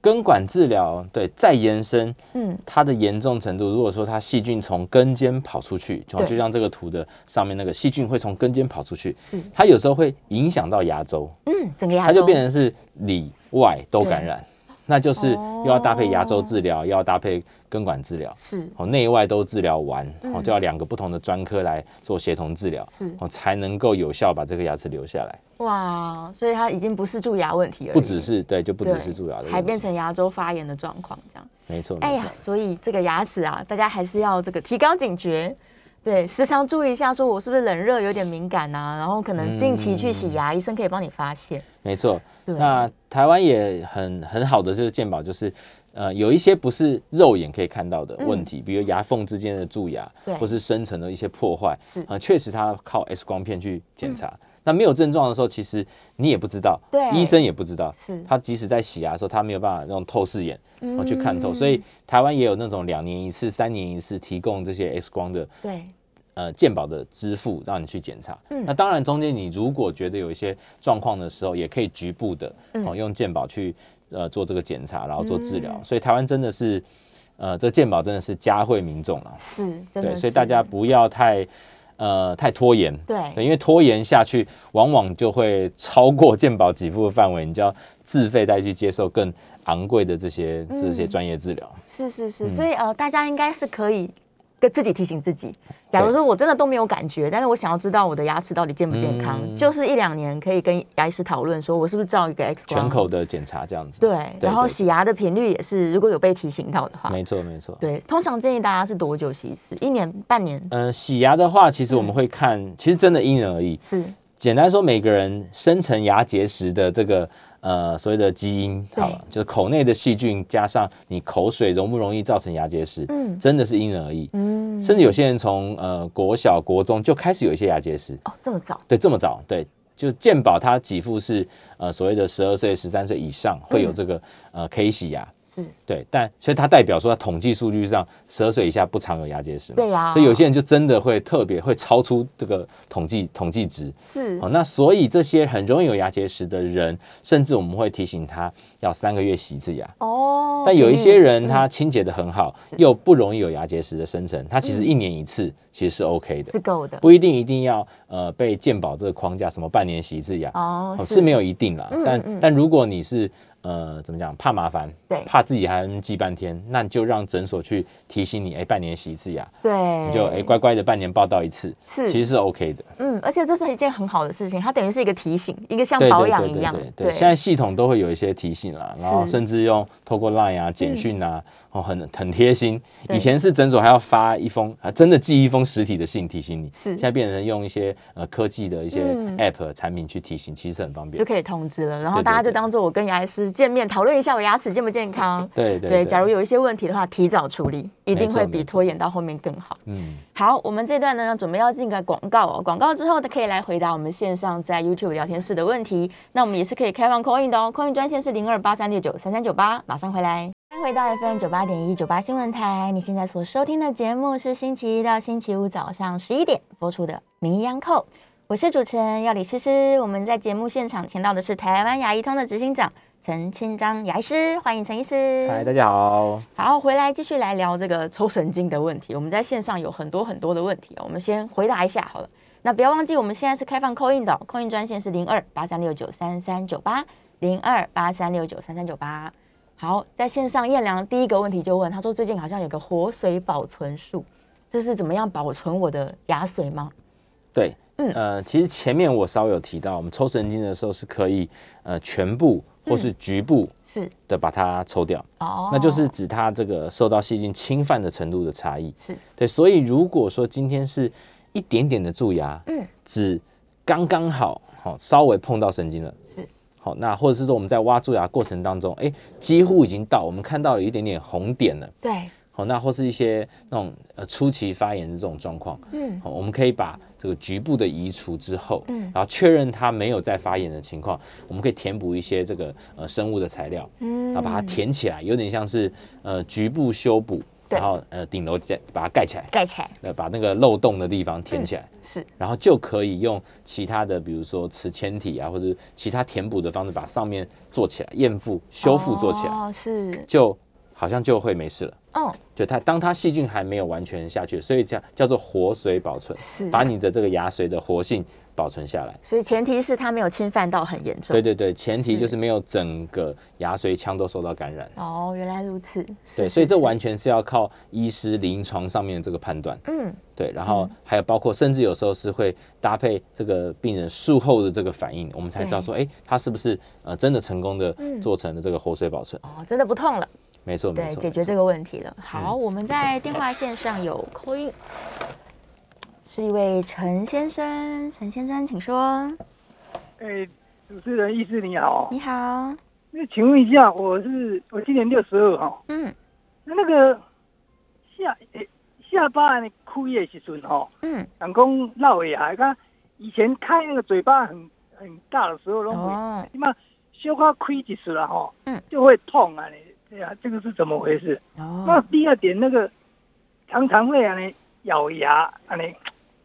Speaker 3: 根管治疗对再延伸，
Speaker 2: 嗯，
Speaker 3: 它的严重程度，如果说它细菌从根尖跑出去，就
Speaker 2: 对
Speaker 3: 就像这个图的上面那个细菌会从根尖跑出去，
Speaker 2: 是，
Speaker 3: 它有时候会影响到牙周，
Speaker 2: 嗯，整个牙
Speaker 3: 它
Speaker 2: 周
Speaker 3: 就变成是里外都感染，那就是
Speaker 2: 哦
Speaker 3: 又要搭配牙周治疗，又要搭配根管治疗。
Speaker 2: 是
Speaker 3: 哦，内外都治疗完，哦，就要两个不同的专科来做协同治疗，
Speaker 2: 嗯是
Speaker 3: 哦，才能够有效把这个牙齿留下来。
Speaker 2: 哇，所以它已经不是蛀牙问题了，
Speaker 3: 不只是对，就不只
Speaker 2: 对
Speaker 3: 是蛀牙的问题，
Speaker 2: 还变成牙周发炎的状况这样。
Speaker 3: 没错，
Speaker 2: 哎
Speaker 3: 没错
Speaker 2: 呀，，所以这个牙齿啊，大家还是要这个提高警觉，对，时常注意一下，说我是不是冷热有点敏感啊，然后可能定期去洗牙，医生可以帮你发现。
Speaker 3: 没错。
Speaker 2: 对，
Speaker 3: 嗯那台湾也很很好的就是健保，就是呃有一些不是肉眼可以看到的问题，比如牙缝之间的蛀牙
Speaker 2: 嗯对，
Speaker 3: 或是深层的一些破坏
Speaker 2: 是，
Speaker 3: 啊，确实它靠 X 光片去检查。那没有症状的时候，其实你也不知道，
Speaker 2: 嗯对
Speaker 3: 医生也不知道，
Speaker 2: 是
Speaker 3: 他即使在洗牙的时候，他没有办法用透视眼然后去看透，
Speaker 2: 嗯
Speaker 3: 所以台湾也有那种两年一次、三年一次提供这些 X 光的
Speaker 2: 对，
Speaker 3: 呃健保的支付，让你去检查。
Speaker 2: 嗯
Speaker 3: 那当然，中间你如果觉得有一些状况的时候，也可以局部的
Speaker 2: 嗯
Speaker 3: 哦用健保去呃做这个检查，然后做治疗。所以台湾真的是呃这健保真的是加惠民众了，
Speaker 2: 是真的
Speaker 3: 对，
Speaker 2: 是，
Speaker 3: 所以大家不要太呃太拖延。
Speaker 2: 对
Speaker 3: 因为拖延下去，往往就会超过健保给付的范围，你就要自费再去接受更昂贵的这些这
Speaker 2: 嗯
Speaker 3: 些专业治疗。
Speaker 2: 是是
Speaker 3: 嗯
Speaker 2: 是，所以呃，大家应该是可以。跟自己提醒自己，假如说我真的都没有感觉，但是我想要知道我的牙齿到底健不健康，
Speaker 3: 嗯
Speaker 2: 就是一两年可以跟牙医师讨论，说我是不是照一个 X 光
Speaker 3: 全口的检查这样子，
Speaker 2: 啊对，啊然后
Speaker 3: 对
Speaker 2: 洗牙的频率也是，如果有被提醒到的话，
Speaker 3: 没错没错。
Speaker 2: 对，通常建议大家是多久洗一次？一年、半年？
Speaker 3: 嗯，洗牙的话，其实我
Speaker 2: 嗯
Speaker 3: 们会看，其实真的因人而异。
Speaker 2: 是
Speaker 3: 简单说，每个人生成牙结石的这个呃所谓的基因，
Speaker 2: 对
Speaker 3: 好了，就是口内的细菌加上你口水容不容易造成牙结石，
Speaker 2: 嗯
Speaker 3: 真的是因人而异。
Speaker 2: 嗯，
Speaker 3: 甚至有些人从呃国小、国中就开始有一些牙结石，
Speaker 2: 哦，这么早？
Speaker 3: 对，这么早，对，就健保它给付是呃所谓的十二岁、十三岁以上会
Speaker 2: 嗯
Speaker 3: 有这个、呃可以洗牙，
Speaker 2: 是
Speaker 3: 对，但所以它代表说，它统计数据上十二岁以下不常有牙结石嘛。
Speaker 2: 对呀
Speaker 3: 所以有些人就真的会特别会超出这个统计统计值。
Speaker 2: 是
Speaker 3: 哦，那所以这些很容易有牙结石的人，甚至我们会提醒他要三个月洗一次牙。
Speaker 2: 哦
Speaker 3: 但有一些人
Speaker 2: 嗯
Speaker 3: 他清洁的很
Speaker 2: 哦
Speaker 3: 好，又不容易有牙结石的生成，他其实一年一次其实是 OK 的
Speaker 2: 嗯是，够的
Speaker 3: 不一定一定要呃被健保这个框架什么半年洗一次牙。
Speaker 2: 哦
Speaker 3: 哦，是没有一定啦，
Speaker 2: 嗯嗯
Speaker 3: 但但如果你是呃怎么讲，怕麻烦，
Speaker 2: 对
Speaker 3: 怕自己还要记半天，那你就让诊所去提醒你，哎，半年洗一次牙，
Speaker 2: 对，
Speaker 3: 你就哎乖乖的半年报到一次，
Speaker 2: 嗯是
Speaker 3: 其实是 OK 的，
Speaker 2: 嗯，而且这是一件很好的事情，它等于是一个提醒，一个像
Speaker 3: 对
Speaker 2: 保
Speaker 3: 对
Speaker 2: 养
Speaker 3: 对
Speaker 2: 一
Speaker 3: 对
Speaker 2: 样
Speaker 3: 对，对，现在系统都会有一些提醒啦，然后
Speaker 2: 是嗯
Speaker 3: 甚至用透过 Line 啊、简讯啊，哦，很很贴心，
Speaker 2: 对
Speaker 3: 以前是诊所还要发一封啊，真的寄一封实体的信提醒你，
Speaker 2: 是
Speaker 3: 现在变成用一些呃科技的一些
Speaker 2: 嗯
Speaker 3: App 产品去提醒，其实很方
Speaker 2: 就
Speaker 3: 便，
Speaker 2: 可以通知了，然后
Speaker 3: 对对
Speaker 2: 大家就
Speaker 3: 对
Speaker 2: 当做我跟牙医师见面，讨论一下我牙齿健不健康。
Speaker 3: 对对
Speaker 2: 对，假如有一些问题的话，提早处理一定
Speaker 3: 没错
Speaker 2: 会
Speaker 3: 没
Speaker 2: 比
Speaker 3: 错
Speaker 2: 拖延到后面更好。
Speaker 3: 嗯。
Speaker 2: 好，我们这段呢准备要进个广告哦，广告之后呢可以来回答我们线上在 YouTube 聊天室的问题。那我们也是可以开放 Coin 的哦，Coin 专线是零二八三六九三三九八，马上回来。欢迎回到 FM 九八点一九八新闻台，你现在所收听的节目是星期一到星期五早上十一点播出的《名医央叩》，我是主持人要李诗诗。我们在节目现场请到的是台湾牙医通的执行长陈清章牙医师，欢迎陈医师。
Speaker 3: 嗨，大家好。
Speaker 2: 好，回来继续来聊这个抽神经的问题。我们在线上有很多很多的问题哦，我们先回答一下好了。那不要忘记，我们现在是开放扣印的哦，扣印专线是零二八三六九三三九八零二八三六九三三九八。好，在线上燕良第一个问题就问，他说最近好像有个活水保存术，这是怎么样保存我的牙髓吗？
Speaker 3: 对，
Speaker 2: 嗯
Speaker 3: 呃，其实前面我稍有提到，我们抽神经的时候是可以呃全部或是局部
Speaker 2: 是
Speaker 3: 的把它抽掉，
Speaker 2: 哦，
Speaker 3: 那就是指它这个受到细菌侵犯的程度的差异。
Speaker 2: 哦是
Speaker 3: 对，所以如果说今天是一点点的蛀牙，
Speaker 2: 嗯，
Speaker 3: 只刚刚好，好、稍微碰到神经了，
Speaker 2: 是
Speaker 3: 好、那或者是说我们在挖蛀牙过程当中，哎，几乎已经到，我们看到了一点点红点了。
Speaker 2: 对，
Speaker 3: 好、那或是一些那种呃初期发炎的这种状况，
Speaker 2: 嗯
Speaker 3: 好我们可以把这个局部的移除之后，
Speaker 2: 嗯
Speaker 3: 然后确认它没有再发炎的情况，我们可以填补一些这个呃生物的材料，
Speaker 2: 嗯
Speaker 3: 然后把它填起来，有点像是呃局部修补。
Speaker 2: 对
Speaker 3: 然后呃顶楼再把它盖起来，
Speaker 2: 盖起来
Speaker 3: 呃把那个漏洞的地方
Speaker 2: 嗯
Speaker 3: 填起来，
Speaker 2: 是
Speaker 3: 然后就可以用其他的，比如说磁纤体啊，或者其他填补的方式，把上面做起来，验腹修复做起来，
Speaker 2: 哦，是，
Speaker 3: 就好像就会没事了。
Speaker 2: 嗯，
Speaker 3: 就它当它细菌还没有完全下去，所以这样叫做活水保存，
Speaker 2: 是
Speaker 3: 把你的这个牙髓的活性保存下来。
Speaker 2: 所以前提是它没有侵犯到很严重。
Speaker 3: 对对对，前提
Speaker 2: 是
Speaker 3: 就是没有整个牙髓腔都受到感染。
Speaker 2: 哦，原来如此。是
Speaker 3: 对，
Speaker 2: 是
Speaker 3: 所以这
Speaker 2: 是
Speaker 3: 完全是要靠医师临床上面的这个判断。
Speaker 2: 嗯
Speaker 3: 对，然后还有包括，甚至有时候是会搭配这个病人术后的这个反应，我们才知道说，哎，他是不是呃真的成功的
Speaker 2: 嗯
Speaker 3: 做成了这个活水保存？
Speaker 2: 哦，真的不痛了，
Speaker 3: 没错，没
Speaker 2: 对，
Speaker 3: 错，
Speaker 2: 解
Speaker 3: 没
Speaker 2: 决
Speaker 3: 错嗯
Speaker 2: 这个问题了。好，我们在电话线上有扣音，是一位陈先生，陈先生，请说。
Speaker 4: 哎，主持人，医师你好。
Speaker 2: 你好，
Speaker 4: 那请问一下，我是我今年六十二哈，
Speaker 2: 嗯
Speaker 4: 那那个下哎下巴呢枯叶时阵哈，
Speaker 2: 嗯，
Speaker 4: 人讲老的啊，个以前开那个嘴巴很很大的时候，拢会
Speaker 2: 哦，
Speaker 4: 起码小可开一次了哈，
Speaker 2: 嗯，
Speaker 4: 就会痛啊，对啊，这个是怎么回事？那
Speaker 2: 哦，
Speaker 4: 第二点，那个常常会啊，呢咬牙啊，呢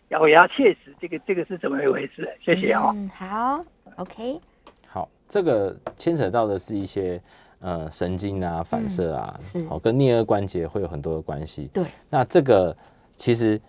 Speaker 4: 咬牙切齿，这个这个是怎么一回事？谢谢啊哦哈、
Speaker 2: 嗯，好，OK，
Speaker 3: 好，这个牵扯到的是一些呃神经啊、反射啊，
Speaker 2: 嗯是
Speaker 3: 好跟颞颌关节会有很多的关系。
Speaker 2: 对，
Speaker 3: 那这个其实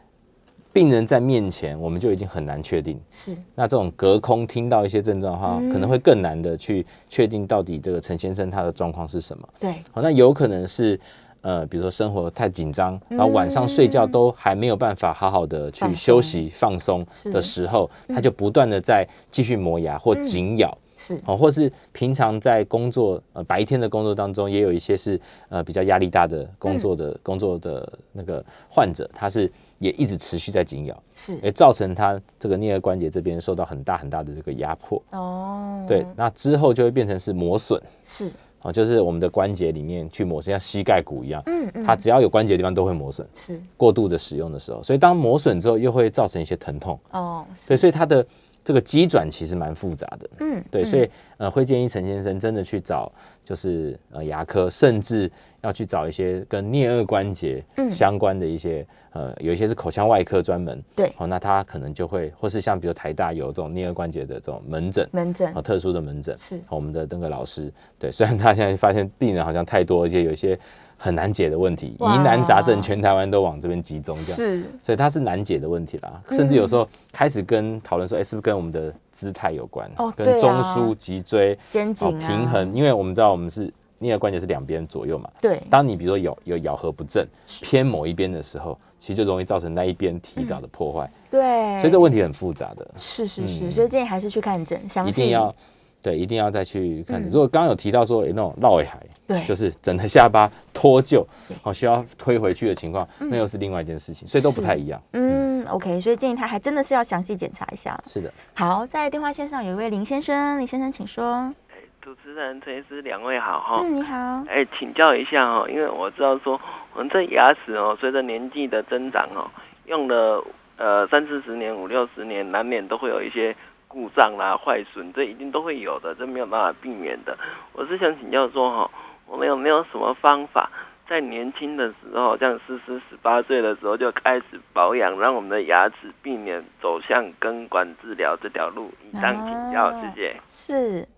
Speaker 3: 病人在面前，我们就已经很难确定。
Speaker 2: 是，
Speaker 3: 那这种隔空听到一些症状的话，
Speaker 2: 嗯
Speaker 3: 可能会更难的去确定到底这个陈先生他的状况是什么。
Speaker 2: 对，
Speaker 3: 好，那有可能是呃，比如说生活太紧张，然后晚上睡觉都还没有办法好好的去
Speaker 2: 嗯放
Speaker 3: 休
Speaker 2: 松
Speaker 3: 息放松
Speaker 2: 是嗯
Speaker 3: 的时候，他就不断的在继续磨牙或紧咬。
Speaker 2: 是，
Speaker 3: 哦，或是平常在工作呃白天的工作当中，也有一些是呃比较压力大的工作的、
Speaker 2: 嗯
Speaker 3: 工作的那个患者，他是也一直持续在紧咬，也
Speaker 2: 是，
Speaker 3: 造成他这个颞颌关节这边受到很大很大的这个压迫。
Speaker 2: 哦，
Speaker 3: 对，，那之后就会变成是磨损
Speaker 2: 是，
Speaker 3: 哦，就是我们的关节里面去磨损，像膝盖骨一样，
Speaker 2: 嗯嗯，
Speaker 3: 它只要有关节的地方都会磨损。
Speaker 2: 是，
Speaker 3: 过度的使用的时候，所以当磨损之后，又会造成一些疼痛。
Speaker 2: 哦，
Speaker 3: 对，
Speaker 2: 是，
Speaker 3: 所以它的这个机转其实蛮复杂的。
Speaker 2: 嗯，
Speaker 3: 对，
Speaker 2: 嗯
Speaker 3: 所以呃，会建议陈先生真的去找，就是呃牙科，甚至要去找一些跟颞颌关节
Speaker 2: 嗯
Speaker 3: 相关的一些、呃，有一些是口腔外科专门，
Speaker 2: 对
Speaker 3: 哦，那他可能就会，或是像比如台大有这种颞颌关节的这种门诊，
Speaker 2: 门诊
Speaker 3: 哦，特殊的门诊
Speaker 2: 是
Speaker 3: 哦我们的那个老师，对，虽然他现在发现病人好像太多，而且有一些很难解的问题，疑
Speaker 2: 哇
Speaker 3: 难杂症全台湾都往这边集中，这样。
Speaker 2: 是，
Speaker 3: 所以它是难解的问题啦，
Speaker 2: 嗯
Speaker 3: 甚至有时候开始跟讨论说，哎、是不是跟我们的姿态有关？
Speaker 2: 哦
Speaker 3: 跟
Speaker 2: 对啊
Speaker 3: 中枢、脊椎、
Speaker 2: 肩
Speaker 3: 哦
Speaker 2: 颈啊
Speaker 3: 平衡，，因为我们知道我们是颞颌关节是两边左右嘛。
Speaker 2: 对，
Speaker 3: 当你比如说有有咬合不正，偏某一边的时候，其实就容易造成那一边提早的破坏，
Speaker 2: 嗯对，
Speaker 3: 所以这问题很复杂的，
Speaker 2: 是是是，
Speaker 3: 嗯
Speaker 2: 所以建议还是去看诊，详
Speaker 3: 一
Speaker 2: 细
Speaker 3: 定要对，一定要再去看。
Speaker 2: 嗯
Speaker 3: 如果刚刚有提到说，哎、那种绕尾海，
Speaker 2: 对，
Speaker 3: 就是整个下巴脱臼
Speaker 2: 对，嗯
Speaker 3: 哦，需要推回去的情况，那又是另外一件事情，所以都不
Speaker 2: 是
Speaker 3: 太一样。
Speaker 2: 嗯，OK，所以建议他还真的是要详细检查一下。
Speaker 3: 是的。
Speaker 2: 好，在电话线上有一位林先生，林先生请说。
Speaker 5: 主持人、陈医师两位好哈。
Speaker 2: 嗯，你好。
Speaker 5: 哎，请教一下哦，因为我知道说我们这牙齿哦，随着年纪的增长哦，用了呃三四十年、五六十年，难免都会有一些故障啦、坏损，这一定都会有的，这没有办法避免的。我是想请教说哈、哦，我们有没有什么方法，在年轻的时候，像十四、十八岁的时候就开始保养，让我们的牙齿避免走向根管治疗这条路？以上请教，谢谢。
Speaker 2: 是，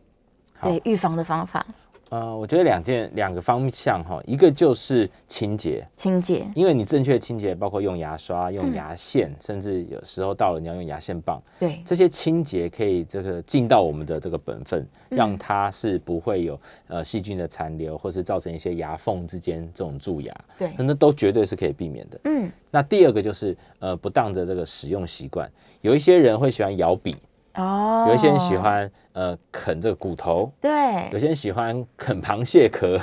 Speaker 3: 好
Speaker 2: 对，预防的方法，
Speaker 3: 呃，我觉得两件两个方向哈，一个就是清洁，
Speaker 2: 清洁，
Speaker 3: 因为你正确的清洁包括用牙刷、用牙线，甚至有时候到了你要用牙线棒，
Speaker 2: 对，
Speaker 3: 这些清洁可以这个尽到我们的这个本分，让它是不会有呃细菌的残留，或是造成一些牙缝之间这种蛀牙，
Speaker 2: 对
Speaker 3: 那那都绝对是可以避免的。
Speaker 2: 嗯，
Speaker 3: 那第二个就是呃不当的这个使用习惯，有一些人会喜欢咬笔，
Speaker 2: 哦，
Speaker 3: 有一些人喜，欢呃啃这个骨头，有
Speaker 2: 对，
Speaker 3: 些人喜欢啃螃蟹壳。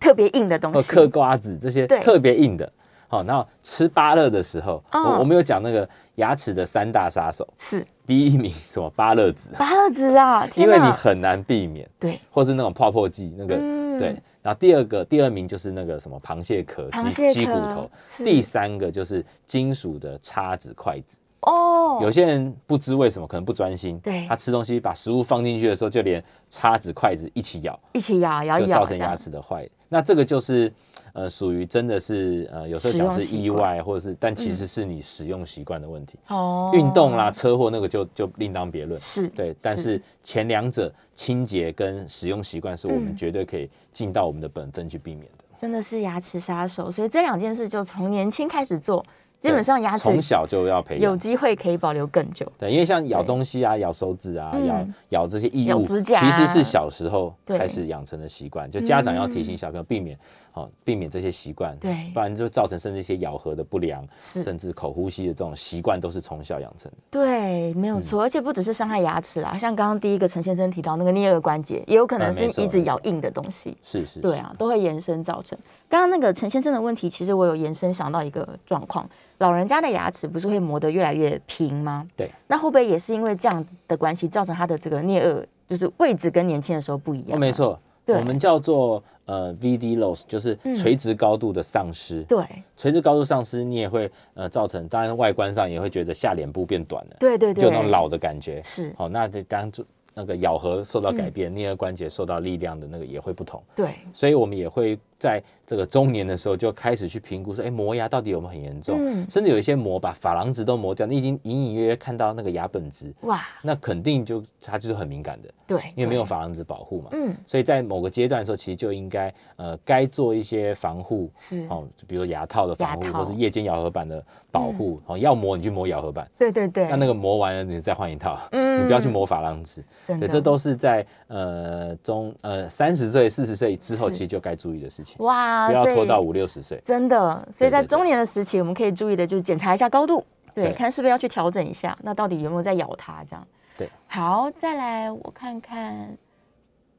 Speaker 2: 特别硬的东
Speaker 3: 或
Speaker 2: 西，
Speaker 3: 哦嗑瓜子这些
Speaker 2: 对
Speaker 3: 特别硬的。好、然后吃芭乐的时候，
Speaker 2: 嗯
Speaker 3: 我我们有讲那个牙齿的三大杀手，
Speaker 2: 是
Speaker 3: 第一名什么芭乐籽，
Speaker 2: 芭乐籽啊，
Speaker 3: 因
Speaker 2: 天
Speaker 3: 为你
Speaker 2: 哪，
Speaker 3: 很难避免，
Speaker 2: 对，
Speaker 3: 或是那种泡泡剂那个、
Speaker 2: 嗯
Speaker 3: 对。然后第二个第二名就是那个什么螃蟹壳、
Speaker 2: 螃
Speaker 3: 鸡
Speaker 2: 蟹
Speaker 3: 鸡骨
Speaker 2: 壳
Speaker 3: 头，
Speaker 2: 是
Speaker 3: 第三个就是金属的叉子、筷子。
Speaker 2: 哦，
Speaker 3: 有些人不知为什么，可能不专心，
Speaker 2: 对
Speaker 3: 他吃东西把食物放进去的时候，就连叉子、筷子一起咬，
Speaker 2: 一起咬咬
Speaker 3: 就
Speaker 2: 一咬，
Speaker 3: 造成
Speaker 2: 哎这样
Speaker 3: 牙齿的坏。那这个就是呃，属于真的是呃，有时候
Speaker 2: 使
Speaker 3: 讲
Speaker 2: 用
Speaker 3: 是
Speaker 2: 习
Speaker 3: 意
Speaker 2: 惯嗯
Speaker 3: 外，或者是但其实是你使用习惯的问题。
Speaker 2: 哦，
Speaker 3: 运动啦、车祸那个就就另当别论。
Speaker 2: 是，
Speaker 3: 对，但是前两者清洁跟使用习惯是我们
Speaker 2: 嗯
Speaker 3: 绝对可以尽到我们的本分去避免的。
Speaker 2: 真的是牙齿杀手，所以这两件事就从年轻开始做，基本
Speaker 3: 对
Speaker 2: 上牙齿
Speaker 3: 从小就要培
Speaker 2: 有
Speaker 3: 养。
Speaker 2: 机会可以保留更久。
Speaker 3: 对，因为像咬
Speaker 2: 对
Speaker 3: 东西啊、咬手指啊、
Speaker 2: 嗯
Speaker 3: 咬咬这些异
Speaker 2: 咬
Speaker 3: 物，
Speaker 2: 指甲啊
Speaker 3: 其实是小时候
Speaker 2: 对嗯
Speaker 3: 开始养成的习惯。就家长要提醒小朋友避免，好、避免这些习惯，
Speaker 2: 对
Speaker 3: 不然就造成甚至一些咬合的不良，
Speaker 2: 是
Speaker 3: 甚至口呼吸的这种习惯都是从小养成的。
Speaker 2: 对，没有
Speaker 3: 嗯
Speaker 2: 错，而且不只是伤害牙齿啦，像刚刚第一个陈先生提到那个颞颌关节，也有可能
Speaker 3: 啊
Speaker 2: 是
Speaker 3: 没错
Speaker 2: 一直
Speaker 3: 没错
Speaker 2: 咬硬的东西。
Speaker 3: 是是，
Speaker 2: 对
Speaker 3: 是，
Speaker 2: 啊，都会延伸造成。刚刚那个陈先生的问题，其实我有延伸想到一个状况，老人家的牙齿不是会磨得越来越平吗？
Speaker 3: 对，
Speaker 2: 那会不会也是因为这样的关系，造成他的这个颞颌就是位置跟年轻的时候不一样、啊
Speaker 3: 哦，没，错，
Speaker 2: 对
Speaker 3: 我们叫做呃 VD loss，就是
Speaker 2: 嗯
Speaker 3: 垂直高度的丧失。
Speaker 2: 对，
Speaker 3: 垂直高度丧失，你也会呃造成，当然外观上也会觉得下脸部变短了，
Speaker 2: 对对对，
Speaker 3: 就那种老的感觉。
Speaker 2: 是，
Speaker 3: 好、那就当做那个咬合受到
Speaker 2: 嗯
Speaker 3: 改变，颞颌关节受到力量的那个也会不同，
Speaker 2: 对，
Speaker 3: 所以我们也会在这个中年的时候就开始去评估说，哎，磨牙到底有没有很严重？
Speaker 2: 嗯
Speaker 3: 甚至有一些磨把珐琅质都磨掉，你已经隐隐约约看到那个牙本质，
Speaker 2: 哇，
Speaker 3: 那肯定就它就是很敏感的，
Speaker 2: 对，
Speaker 3: 因为没有
Speaker 2: 对，
Speaker 3: 珐琅质保护嘛。
Speaker 2: 嗯，
Speaker 3: 所以在某个阶段的时候，其实就应该呃该做一些防护，
Speaker 2: 是，
Speaker 3: 哦，就比如牙套的防护
Speaker 2: 嗯牙，套
Speaker 3: 或是夜间咬合板的保护。哦，要磨你去磨咬合板，
Speaker 2: 对对对，
Speaker 3: 那那个磨完了你再换一套，
Speaker 2: 嗯
Speaker 3: 你不要去磨珐琅质。
Speaker 2: 真的哦
Speaker 3: 对，这都是在呃中呃三十岁、四十岁之后，
Speaker 2: 是
Speaker 3: 其实就该注意的事情，
Speaker 2: 哇，
Speaker 3: 不要
Speaker 2: 所以
Speaker 3: 拖到五六十岁。
Speaker 2: 真的，所以
Speaker 3: 对
Speaker 2: 在
Speaker 3: 对
Speaker 2: 中年的时期，我们可以注意的就是检查一下高度，对，
Speaker 3: 对
Speaker 2: 看是不是要去调整一下，那到底有没有在咬它这样。
Speaker 3: 对，
Speaker 2: 好，再来我看看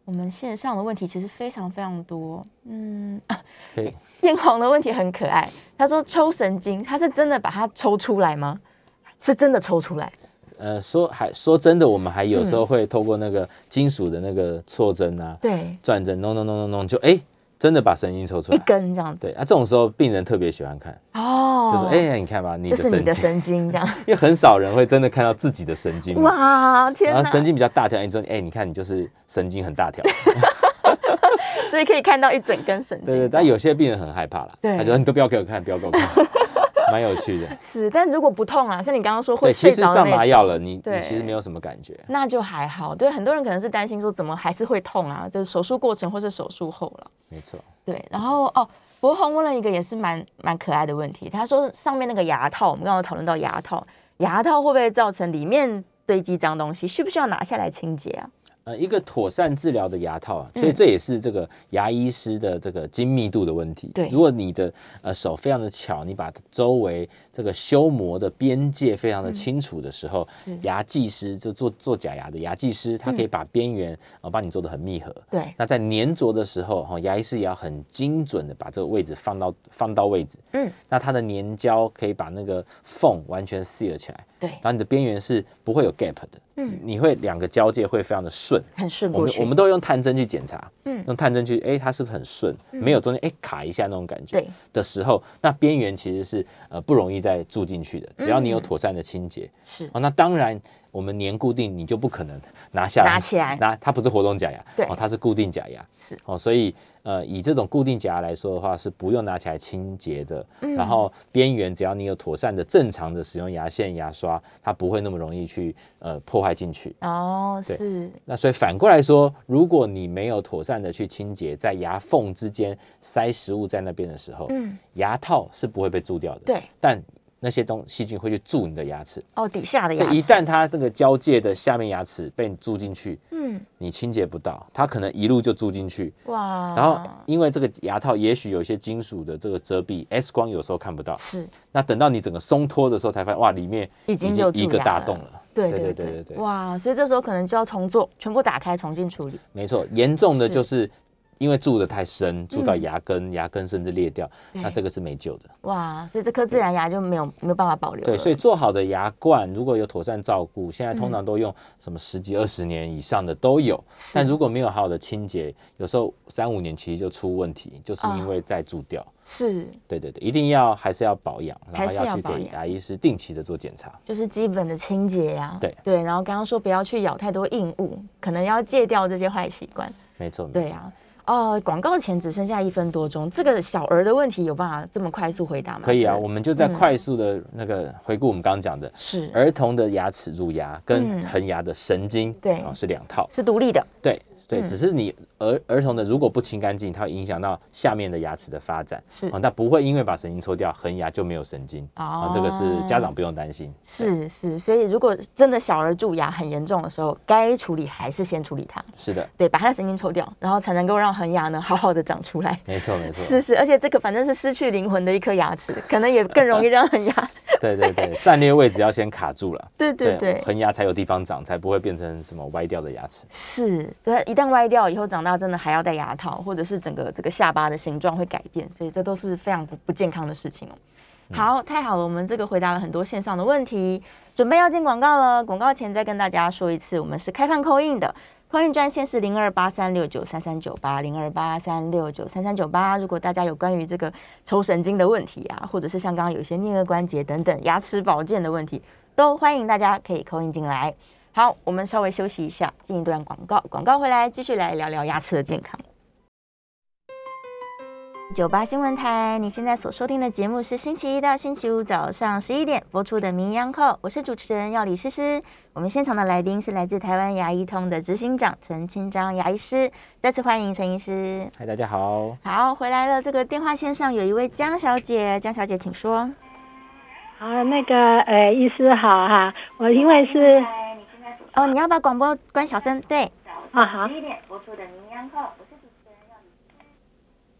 Speaker 2: 我们线上的问题，其实非常非常多。嗯， 啊
Speaker 3: 可以，
Speaker 2: 艳红的问题很可爱，他说抽神经，他是真的把它抽出来吗？是真的抽出来，
Speaker 3: 呃，说还说真的，我们还有
Speaker 2: 嗯
Speaker 3: 时候会透过那个金属的那个错针啊、
Speaker 2: 对，
Speaker 3: 转针，弄弄弄弄弄，就哎、真的把神经抽出
Speaker 2: 一
Speaker 3: 来。
Speaker 2: 根这样子。
Speaker 3: 对啊，这种时候病人特别喜欢看，
Speaker 2: 哦，
Speaker 3: 就说哎、你看吧，你
Speaker 2: 这
Speaker 3: 的
Speaker 2: 是你
Speaker 3: 神
Speaker 2: 的
Speaker 3: 经，
Speaker 2: 神经这样。
Speaker 3: 因为很少人会真的看到自己的神经嘛。
Speaker 2: 哇，天
Speaker 3: 然
Speaker 2: 哪！
Speaker 3: 后神经比较大条，你说，哎，你看你就是神经很大条，
Speaker 2: 所以可以看到一整根神经这
Speaker 3: 对
Speaker 2: 样。
Speaker 3: 对。但有些病人很害怕啦，
Speaker 2: 对
Speaker 3: 他就说你都不要给我看，不要给 我看，蛮有趣的。
Speaker 2: 是，但如果不痛啊，像你刚刚说会
Speaker 3: 对，其
Speaker 2: 睡
Speaker 3: 实
Speaker 2: 着的
Speaker 3: 上
Speaker 2: 那
Speaker 3: 麻
Speaker 2: 一
Speaker 3: 药
Speaker 2: 种，
Speaker 3: 了，你
Speaker 2: 对
Speaker 3: 你其实没有什么感觉。
Speaker 2: 那就还好。对，很多人可能是担心说怎么还是会痛啊，就是手术过程或是手术后了。
Speaker 3: 没错，
Speaker 2: 对，然后哦，博宏问了一个也是蛮蛮可爱的问题，他说上面那个牙套，我们刚刚有讨论到牙套，牙套会不会造成里面堆积脏东西，需不需要拿下来清洁啊？
Speaker 3: 呃，一个妥善治疗的牙套啊，所以
Speaker 2: 嗯
Speaker 3: 这也是这个牙医师的这个精密度的问题。
Speaker 2: 对
Speaker 3: 如果你的呃手非常的巧，你把周围这个修磨的边界非常的清楚的时候，
Speaker 2: 嗯是嗯
Speaker 3: 牙技师就做做假牙的牙技师，他可以把边缘呃帮你做的很密合。
Speaker 2: 对，
Speaker 3: 那在粘着的时候，哈，牙医师也要很精准的把这个位置放到放到位置。
Speaker 2: 嗯，
Speaker 3: 那它的粘胶可以把那个缝完全 seal 起来，
Speaker 2: 对
Speaker 3: 然，后你的边缘是不会有 gap 的。
Speaker 2: 嗯，
Speaker 3: 你会两个交界会非常的顺。
Speaker 2: 很顺
Speaker 3: 我
Speaker 2: 过
Speaker 3: 们
Speaker 2: 去。
Speaker 3: 我们都会用探针去检查，
Speaker 2: 嗯
Speaker 3: 用探针去，哎，它是不是很顺？没有中间哎卡一下那种感觉。
Speaker 2: 对
Speaker 3: 的时候，那边缘其实是呃不容易再住进去的，只要
Speaker 2: 嗯
Speaker 3: 你有妥善的清洁。
Speaker 2: 是
Speaker 3: 哦，那当然，我们粘固定你就不可能拿下来，
Speaker 2: 拿起来
Speaker 3: 拿它不是活动假牙，
Speaker 2: 对
Speaker 3: 哦，它是固定假牙，
Speaker 2: 是
Speaker 3: 哦，所以呃，以这种固定假牙来说的话，是不用拿起来清洁的，
Speaker 2: 嗯
Speaker 3: 然后边缘只要你有妥善的、正常的使用牙线、牙刷，它不会那么容易去呃破坏进去。
Speaker 2: 哦，
Speaker 3: 对
Speaker 2: 是
Speaker 3: 那所以反过来说，如果你没有妥善的去清洁，在牙缝之间塞食物在那边的时候，
Speaker 2: 嗯
Speaker 3: 牙套是不会被蛀掉的，
Speaker 2: 对，
Speaker 3: 但那些东细菌会去蛀你的牙齿。
Speaker 2: 哦，底下的
Speaker 3: 所
Speaker 2: 牙齿，
Speaker 3: 以一旦它这个交界的下面牙齿被你蛀进去，
Speaker 2: 嗯
Speaker 3: 你清洁不到，它可能一路就蛀进去。
Speaker 2: 哇，
Speaker 3: 然后因为这个牙套也许有一些金属的这个遮蔽，X 光有时候看不到。
Speaker 2: 是
Speaker 3: 那等到你整个松脱的时候，才发现哇，里面
Speaker 2: 已经有蛀
Speaker 3: 一个
Speaker 2: 牙
Speaker 3: 大
Speaker 2: 了
Speaker 3: 洞了。
Speaker 2: 对
Speaker 3: 对
Speaker 2: 对
Speaker 3: 对
Speaker 2: 对
Speaker 3: 对对对
Speaker 2: 哇！所以这时候可能就要重做，全部打开重新处理。
Speaker 3: 没错，严重的
Speaker 2: 是嗯
Speaker 3: 就是因为蛀的太深，蛀到牙根，牙根甚至裂掉，
Speaker 2: 对
Speaker 3: 那这个是没救的。
Speaker 2: 哇，所以这颗自然牙就没有没有办法保留了。
Speaker 3: 对，所以做好的牙冠如果有妥善照顾，现在
Speaker 2: 嗯
Speaker 3: 通常都用什么十几二十年以上的都有，但如果没有好好的清洁，有时候三五年其实就出问题，就是
Speaker 2: 啊
Speaker 3: 因为再蛀掉。
Speaker 2: 是
Speaker 3: 对对对，一定要还是要保养，然
Speaker 2: 还
Speaker 3: 后
Speaker 2: 是要
Speaker 3: 去
Speaker 2: 保
Speaker 3: 给
Speaker 2: 养
Speaker 3: 牙医师定期的做检查。
Speaker 2: 就是基本的清洁呀、
Speaker 3: 对
Speaker 2: 对，然后刚刚说不要去咬太多硬物，可能要戒掉这些坏习惯。
Speaker 3: 没错，没
Speaker 2: 对
Speaker 3: 错
Speaker 2: 啊，哦，广告前只剩下一分多钟，这个小儿的问题有办法这么快速回答吗？
Speaker 3: 可以啊，
Speaker 2: 这
Speaker 3: 我们就在
Speaker 2: 嗯
Speaker 3: 快速的那个回顾我们刚刚讲的，
Speaker 2: 是
Speaker 3: 儿童的牙齿乳牙跟
Speaker 2: 嗯
Speaker 3: 恒牙的神经，
Speaker 2: 对
Speaker 3: 哦是两套，
Speaker 2: 是独立的，
Speaker 3: 对对，
Speaker 2: 嗯
Speaker 3: 只是你儿儿童的如果不清干净，它会影响到下面的牙齿的发展，
Speaker 2: 是
Speaker 3: 哦，那不会因为把神经抽掉，恒牙就没有神经，
Speaker 2: 哦
Speaker 3: 啊，这个是家长不用担心，
Speaker 2: 是是，所以如果真的小儿蛀牙很严重的时候，该处理还是先处理它，
Speaker 3: 是的，
Speaker 2: 对，把它的神经抽掉，然后才能够让恒牙呢好好的长出来。
Speaker 3: 没错没错，
Speaker 2: 是啊是，而且这个反正是失去灵魂的一颗牙齿，可能也更容易让恒牙，。
Speaker 3: 对对对，战略位置要先卡住了
Speaker 2: 对对啊对，
Speaker 3: 恒牙才有地方长，才不会变成什么歪掉的牙齿。
Speaker 2: 是，但一旦歪掉以后，长大真的还要戴牙套，或者是整个这个下巴的形状会改变，所以这都是非常不不健康的事情哦。好，太好了，我们这个回答了很多线上的问题，准备要进广告了。广告前再跟大家说一次，我们是开放扣印的，扣印专线是零二八三六九三三九八零二八三六九三三九八。如果大家有关于这个抽神经的问题啊，或者是像刚刚有一些颞颌关节等等牙齿保健的问题，都欢迎大家可以扣印进来。好，我们稍微休息一下，进一段广告。广告回来，继续来聊聊牙齿的健康。九八新闻台，你现在所收听的节目是星期一到星期五早上十一点播出的《名医央叩》，我是主持人药理诗诗。我们现场的来宾是来自台湾牙医通的执行长陈清章牙医师，再次欢迎陈医师。
Speaker 3: 嗨，大家好。
Speaker 2: 好，回来了。这个电话线上有一位江小姐，江小姐请说。
Speaker 6: 好，那个呃，医师好哈、我因为是
Speaker 2: 哦，你要把广播关小声，对。
Speaker 6: 啊好，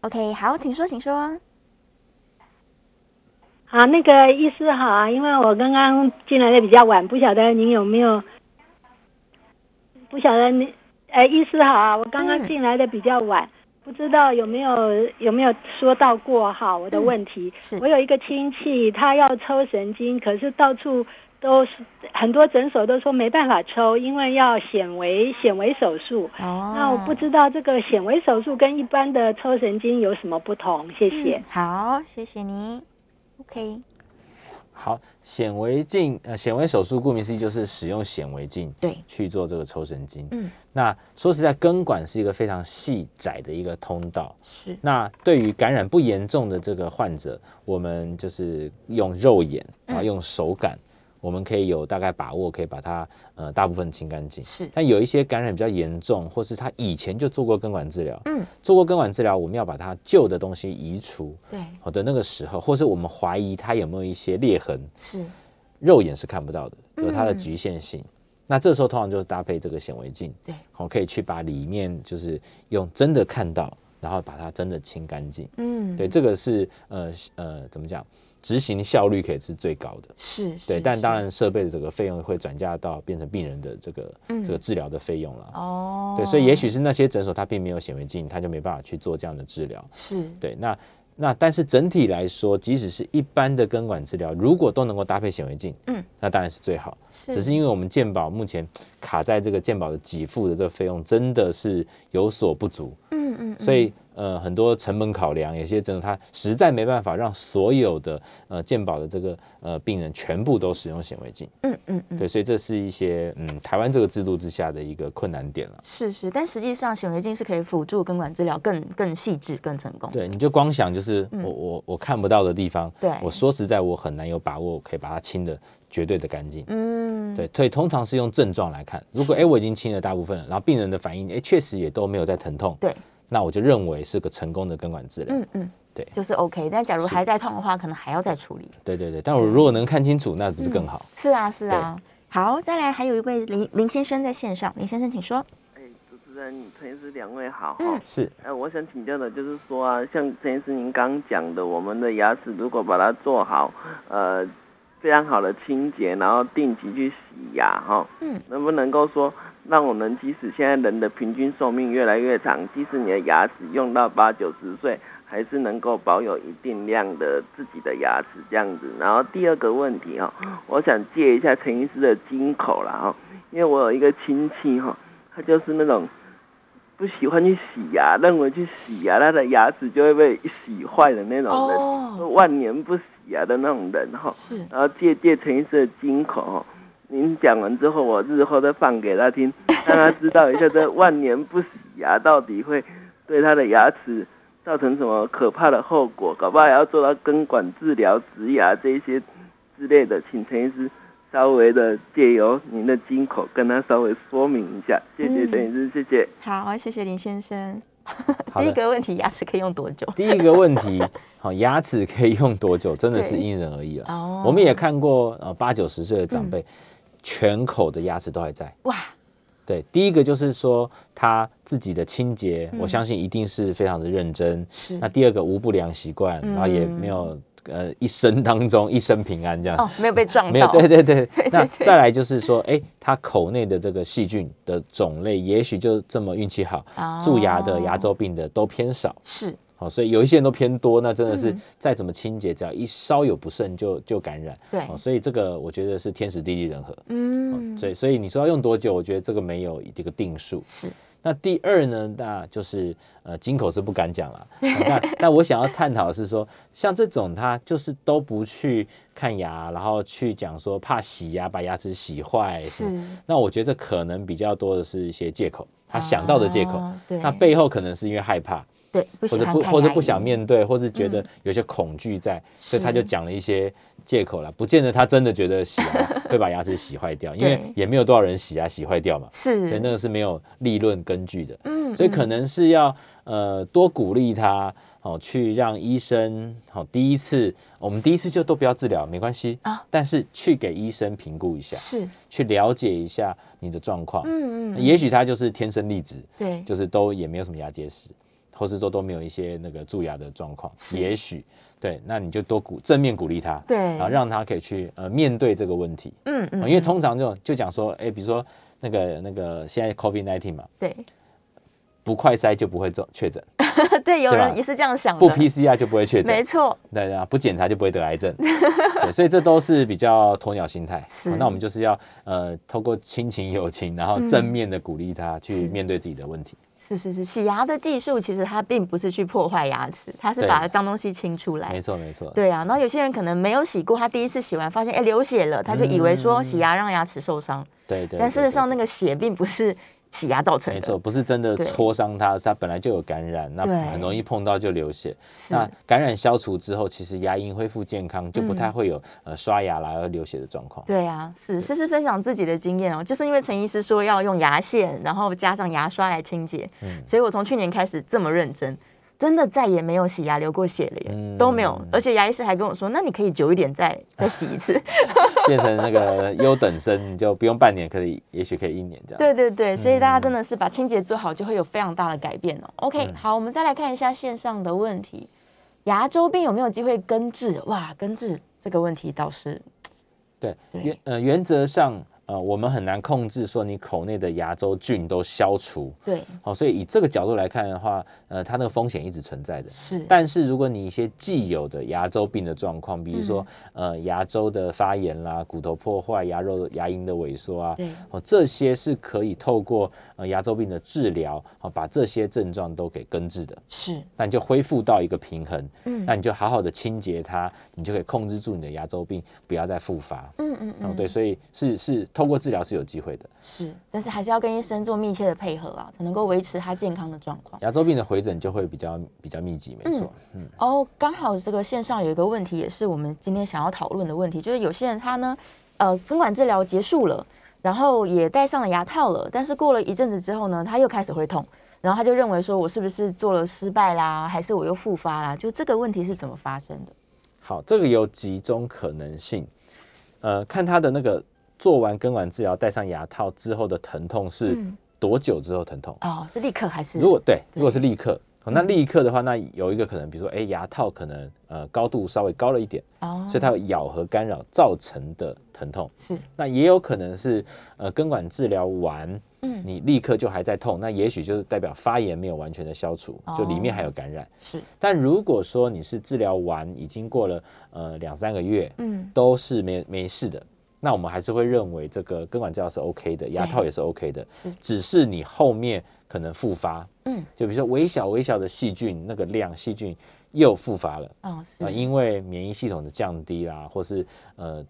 Speaker 2: OK，好，哦请说，请说。
Speaker 6: 好啊那个医师好啊，因为我刚刚进来的比较晚，不晓得您有没有，不晓得您呃，医师好啊，我刚刚
Speaker 2: 嗯
Speaker 6: 进来的比较晚，不知道有没有有没有说到过哈我的
Speaker 2: 嗯
Speaker 6: 问题。
Speaker 2: 是
Speaker 6: 我有一个亲戚，他要抽神经，可是到处都是很多诊所都说没办法抽，因为要显微显微手术。
Speaker 2: 哦
Speaker 6: 那我不知道这个显微手术跟一般的抽神经有什么不同？谢谢。
Speaker 2: 嗯好，谢谢你。OK，
Speaker 3: 好，显微镜，呃，显微手术顾名思义就是使用显微镜
Speaker 2: 对，
Speaker 3: 去做这个抽神经。
Speaker 2: 嗯，
Speaker 3: 那说实在，根管是一个非常细窄的一个通道。
Speaker 2: 是
Speaker 3: 那对于感染不严重的这个患者，我们就是用肉眼
Speaker 2: 嗯
Speaker 3: 啊，用手感，我们可以有大概把握，可以把它呃大部分清干净。
Speaker 2: 是
Speaker 3: 但有一些感染比较严重，或是他以前就做过根管治疗，
Speaker 2: 嗯，
Speaker 3: 做过根管治疗，我们要把他旧的东西移除。
Speaker 2: 对，
Speaker 3: 好的那个时候，或是我们怀疑他有没有一些裂痕，
Speaker 2: 是
Speaker 3: 肉眼是看不到的，有它的
Speaker 2: 嗯
Speaker 3: 局限性。那这时候通常就是搭配这个显微镜，
Speaker 2: 对
Speaker 3: 好、可以去把里面就是用真的看到，然后把它真的清干净。
Speaker 2: 嗯，
Speaker 3: 对，这个是呃呃怎么讲，执行效率可以是最高的。
Speaker 2: 是，
Speaker 3: 对，
Speaker 2: 是
Speaker 3: 但当
Speaker 2: 是
Speaker 3: 然设备的这个费用会转嫁到变成病人的这个、
Speaker 2: 嗯
Speaker 3: 这个治疗的费用了。
Speaker 2: 哦，
Speaker 3: 对，所以也许是那些诊所它并没有显微镜，它就没办法去做这样的治疗。
Speaker 2: 是
Speaker 3: 对，那那但是整体来说，即使是一般的根管治疗，如果都能够搭配显微镜，
Speaker 2: 嗯，
Speaker 3: 那当然是最好。
Speaker 2: 是
Speaker 3: 只是因为我们健保目前卡在这个健保的给付的这个费用真的是有所不足，
Speaker 2: 嗯嗯，
Speaker 3: 所以呃很多成本考量，有些真的它实在没办法让所有的呃健保的这个呃病人全部都使用显微镜，
Speaker 2: 嗯嗯嗯，
Speaker 3: 对，所以这是一些嗯台湾这个制度之下的一个困难点了。
Speaker 2: 是是，但实际上显微镜是可以辅助根管治疗更更细致、更成功。
Speaker 3: 对，你就光想就是我、我我看不到的地方，
Speaker 2: 嗯对
Speaker 3: 我说实在我很难有把握可以把它清的绝对的干净。
Speaker 2: 嗯，
Speaker 3: 对，所以通常是用症状来看，如果哎、诶我已经清了大部分了，然后病人的反应哎、诶确实也都没有在疼痛，
Speaker 2: 对，
Speaker 3: 那我就认为是个成功的根管治疗。
Speaker 2: 嗯嗯，
Speaker 3: 对
Speaker 2: 就是 OK。但假如
Speaker 3: 是
Speaker 2: 还在痛的话，可能还要再处理。
Speaker 3: 对对对，但我如果能看清楚，那不是更好？
Speaker 2: 是啊，是啊。好，再来还有一位林林先生在线上，林先生请说。
Speaker 5: 哎，主持人、陈医师两位好哈。
Speaker 2: 嗯
Speaker 3: 是
Speaker 5: 呃，我想请教的就是说啊，像陈医师您刚讲的，我们的牙齿如果把它做好，呃，非常好的清洁，然后定期去洗牙哈，
Speaker 2: 嗯，
Speaker 5: 能不能够说让我们即使现在人的平均寿命越来越长，即使你的牙齿用到八九十岁，还是能够保有一定量的自己的牙齿这样子。然后第二个问题哈、哦，我想借一下陈医师的金口啦哈、哦，因为我有一个亲戚哈、哦，他就是那种不喜欢去洗牙，认为去洗牙他的牙齿就会被洗坏的那种人，
Speaker 2: 哦
Speaker 5: 万年不洗牙的那种人哈、
Speaker 2: 是
Speaker 5: 然后借借陈医师的金口哦，您讲完之后，我日后再放给他听，让他知道一下这万年不洗牙到底会对他的牙齿造成什么可怕的后果，搞不好也要做到根管治疗、植牙这一些之类的，请陈医师稍微的借由您的金口跟他稍微说明一下，谢谢
Speaker 2: 嗯
Speaker 5: 陈医师，谢谢。
Speaker 7: 好，谢谢林先生。
Speaker 3: 好
Speaker 2: 第一
Speaker 3: 的，
Speaker 2: 个问题，牙齿可以用多久？
Speaker 3: 第一个问题，好，牙齿可以用多久？真的是
Speaker 7: 对
Speaker 3: 因人而异了。
Speaker 2: 哦嗯
Speaker 3: 我们也看过，呃，八九十岁的长辈，全口的牙齿都还在。
Speaker 2: 哇，
Speaker 3: 对，第一个就是说他自己的清洁，我相信一定是非常的认真。
Speaker 2: 嗯是嗯
Speaker 3: 那第二个无不良习惯，然后也没有呃一生当中一生平安这样。
Speaker 2: 哦，没有被撞到，
Speaker 3: 没有，对对对。那再来就是说，哎，他口内的这个细菌的种类，也许就这么运气好
Speaker 2: 哦，
Speaker 3: 蛀牙的、牙周病的都偏少。
Speaker 2: 是
Speaker 3: 好、所以有一些人都偏多，那真的
Speaker 2: 嗯
Speaker 3: 是再怎么清洁，只要一稍有不慎就就感染。哦
Speaker 2: 对
Speaker 3: 所以这个我觉得是天时地利人和。
Speaker 2: 嗯，
Speaker 3: 所以所以你说要用多久，我觉得这个没有一个定数。
Speaker 2: 是
Speaker 3: 那第二呢，那就是呃，金口是不敢讲了。 那但我想要探讨的是说，像这种他就是都不去看牙，然后去讲说怕洗牙把牙齿洗坏，
Speaker 2: 是，
Speaker 3: 那我觉得这可能比较多的是一些借口，他想到的借口。
Speaker 2: 啊哦对
Speaker 3: 那背后可能是因为害怕，
Speaker 2: 对，不
Speaker 3: 或
Speaker 2: 喜
Speaker 3: 者
Speaker 2: 欢
Speaker 3: 不
Speaker 2: 看
Speaker 3: 或者
Speaker 2: 牙
Speaker 3: 不
Speaker 2: 医
Speaker 3: 想面对，或是觉
Speaker 2: 嗯
Speaker 3: 得有些恐惧在，所以他就讲了一些借口啦，不见得他真的觉得洗 牙会把牙齿洗坏掉，因为
Speaker 7: 对
Speaker 3: 也没有多少人洗牙洗坏掉嘛，
Speaker 2: 是，
Speaker 3: 所以那个是没有立论根据的。
Speaker 7: 嗯，
Speaker 3: 所以可能是要呃多鼓励他哦，去让医生哦第一次我们第一次就都不要治疗没关系
Speaker 2: 啊，
Speaker 3: 但是去给医生评估一下，
Speaker 2: 是，
Speaker 3: 去了解一下你的状况，
Speaker 2: 嗯嗯，
Speaker 3: 也许他就是哦天生丽质，
Speaker 2: 对，
Speaker 3: 就是都也没有什么牙结石，或是说都没有一些那个蛀牙的状况，
Speaker 2: 是
Speaker 3: 也许对，那你就多鼓正面鼓励他，
Speaker 2: 对
Speaker 3: 然后让他可以去呃面对这个问题，
Speaker 2: 嗯
Speaker 3: 啊
Speaker 2: 嗯，
Speaker 3: 因为通常这种就讲说，哎、比如说那个那个现在 COVID nineteen 嘛，
Speaker 2: 对
Speaker 3: 不快筛就不会中确诊，
Speaker 2: 对，有
Speaker 3: 对吧
Speaker 2: 人也是这样想的，
Speaker 3: 不 PCR 就不会确诊
Speaker 2: 没，错，
Speaker 3: 对啊，不检查就不会 得癌症，对，所以这都是比较鸵鸟心态。哦
Speaker 2: 是
Speaker 3: 好那我们就是要呃，透过亲情友情，然后
Speaker 2: 嗯
Speaker 3: 正面的鼓励他去面对自己的问题。
Speaker 2: 是是是，洗牙的技术其实它并不是去破坏牙齿，它是
Speaker 3: 对
Speaker 2: 把脏东西清出来
Speaker 3: 没。错，没错。
Speaker 2: 对啊，然后有些人可能没有洗过，他第一次洗完发现哎流血了，他就以为说洗牙让牙齿受伤，
Speaker 3: 对嗯对对。
Speaker 2: 但事实上那
Speaker 3: 个
Speaker 2: 个血并不是洗牙造成
Speaker 3: 没错，
Speaker 2: 的。
Speaker 3: 不是真的
Speaker 2: 对
Speaker 3: 戳伤他，是他本来就有感染，那
Speaker 2: 对
Speaker 3: 很容易碰到就流血。
Speaker 2: 是
Speaker 3: 那感染消除之后，其实牙龈恢复健康，就不太会有、呃刷牙啦要流血的状况。
Speaker 2: 嗯对啊，是诗诗分享自己的经验哦，就是因为陈医师说要用牙线，然后加上牙刷来清洁，
Speaker 3: 嗯
Speaker 2: 所以我从去年开始这么认真，真的再也没有洗牙流过血了耶，
Speaker 3: 嗯
Speaker 2: 都没有，而且牙医师还跟我说，那你可以久一点再再洗一次，
Speaker 3: 变成那个优等生，你就不用半年，可以也许可以一年这样。
Speaker 2: 对对对，所以大家真的是把清洁做好，就会有非常大的改变哦。OK，、好，我们再来看一下线上的问题，牙周病有没有机会根治？哇，根治这个问题倒是
Speaker 3: 对，
Speaker 2: 对
Speaker 3: 原呃原则上呃我们很难控制说你口内的牙周菌都消除，
Speaker 2: 对，
Speaker 3: 好、所以以这个角度来看的话，呃，它那个风险一直存在的。
Speaker 2: 是
Speaker 3: 但是如果你一些既有的牙周病的状况，比如说、
Speaker 2: 嗯
Speaker 3: 呃牙周的发炎啦、骨头破坏、牙肉、牙龈的萎缩啊，
Speaker 2: 对
Speaker 3: 哦，这些是可以透过呃牙周病的治疗，哦，把这些症状都给根治的。
Speaker 2: 是
Speaker 3: 那你就恢复到一个平衡，嗯，那你就好好的清洁它，你就可以控制住你的牙周病，不要再复发。
Speaker 2: 嗯嗯
Speaker 3: 哦，对，所以是是透过治疗是有机会的。
Speaker 2: 是，但是还是要跟医生做密切的配合啊，才能够维持他健康的状况。
Speaker 3: 牙周病的回诊就会比较比较密集，没错。
Speaker 2: 哦，刚好这个线上有一个问题，也是我们今天想要讨论的问题，就是有些人他呢，呃，根管治疗结束了，然后也戴上了牙套了，但是过了一阵子之后呢，他又开始会痛，然后他就认为说我是不是做了失败啦，还是我又复发啦？就这个问题是怎么发生的？
Speaker 3: 好，这个有几种可能性，呃，看他的那个做完根管治疗戴上牙套之后的疼痛是
Speaker 2: 嗯
Speaker 3: 多久之后疼痛？
Speaker 2: 哦，是立刻还是嗯
Speaker 3: 如果对，如果是立刻。哦那立刻的话，那有一个可能，比如说，哎、牙套可能呃高度稍微高了一点，
Speaker 2: 哦
Speaker 3: 所以它有咬合干扰造成的疼痛。
Speaker 2: 是
Speaker 3: 那也有可能是呃根管治疗完，
Speaker 2: 嗯
Speaker 3: 你立刻就还在痛，那也许就是代表发炎没有完全的消除，
Speaker 2: 哦
Speaker 3: 就里面还有感染。
Speaker 2: 是，
Speaker 3: 但如果说你是治疗完已经过了呃两三个月，
Speaker 2: 嗯，
Speaker 3: 都是没没事的，那我们还是会认为这个根管治疗是 OK 的，牙套也是 OK 的，
Speaker 2: 是
Speaker 3: 只是你后面可能复发，
Speaker 2: 嗯，
Speaker 3: 就比如说微小微小的细菌那个量细菌又复发了。
Speaker 2: 哦，
Speaker 3: 啊，
Speaker 2: 是，
Speaker 3: 因为免疫系统的降低啦，或是呃，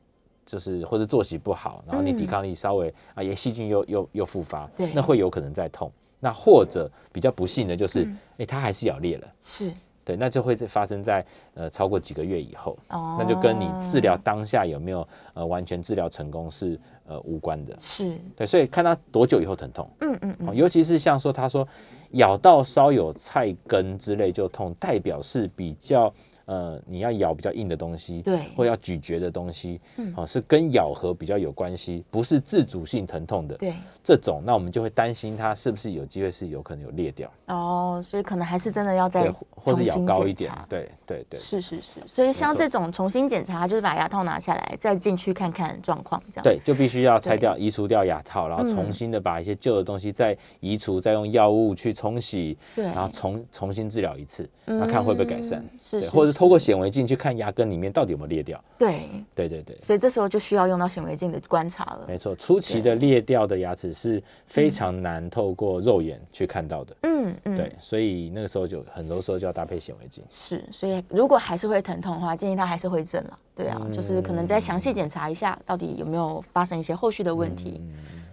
Speaker 3: 就是或是作息不好，然后你抵
Speaker 2: 嗯
Speaker 3: 抗力稍微啊，也细菌又又又复发，
Speaker 2: 对
Speaker 3: 那会有可能再痛。那或者比较不幸的就是，哎、
Speaker 2: 嗯
Speaker 3: 它还是咬裂了，
Speaker 2: 是，
Speaker 3: 对，那就会在发生在呃超过几个月以后，
Speaker 2: 哦，
Speaker 3: 那就跟你治疗当下有没有呃完全治疗成功是呃无关的。
Speaker 2: 是，
Speaker 3: 对，所以看它多久以后疼痛，
Speaker 2: 嗯嗯
Speaker 3: 哦
Speaker 2: 嗯，
Speaker 3: 尤其是像说他说咬到稍有菜根之类就痛，代表是比较呃你要咬比较硬的东西，
Speaker 2: 对嗯
Speaker 3: 或要咀嚼的东西，哦是跟咬合比较有关系，不是自主性疼痛的
Speaker 2: 对，
Speaker 3: 这种，那我们就会担心它是不是有机会是有可能有裂掉，
Speaker 2: 哦，所以可能还是真的要再
Speaker 3: 对，或或是
Speaker 2: 重
Speaker 3: 咬
Speaker 2: 新
Speaker 3: 高
Speaker 2: 检
Speaker 3: 一点
Speaker 2: 查，
Speaker 3: 对对对，
Speaker 2: 是是是，所以像
Speaker 3: 没错
Speaker 2: 这种重新检查，就是把牙套拿下来，再进去看看状况，这样。
Speaker 3: 对，就必须要拆
Speaker 2: 对
Speaker 3: 掉、移除掉牙套，然后
Speaker 2: 嗯
Speaker 3: 重新的把一些旧的东西再移除，再用药物去冲洗，
Speaker 2: 对
Speaker 3: 然后重重新治疗一次，那看会不会改善
Speaker 2: 嗯，是
Speaker 3: 对，
Speaker 2: 是
Speaker 3: 或者是透过显微镜去看牙根里面到底有没有裂掉，
Speaker 2: 对，
Speaker 3: 对对对，
Speaker 2: 所以这时候就需要用到显微镜的观察了。
Speaker 3: 没错，初期的裂掉的牙齿是非常难透过肉眼去看到的，
Speaker 2: 嗯嗯，
Speaker 3: 对，，所以那个时候就很多时候就要搭配显微镜，
Speaker 2: 是，所以如果还是会疼痛的话，建议他还是会诊了。对啊，就是可能再详
Speaker 3: 嗯
Speaker 2: 细检查一下，到底有没有发生一些后续的问题。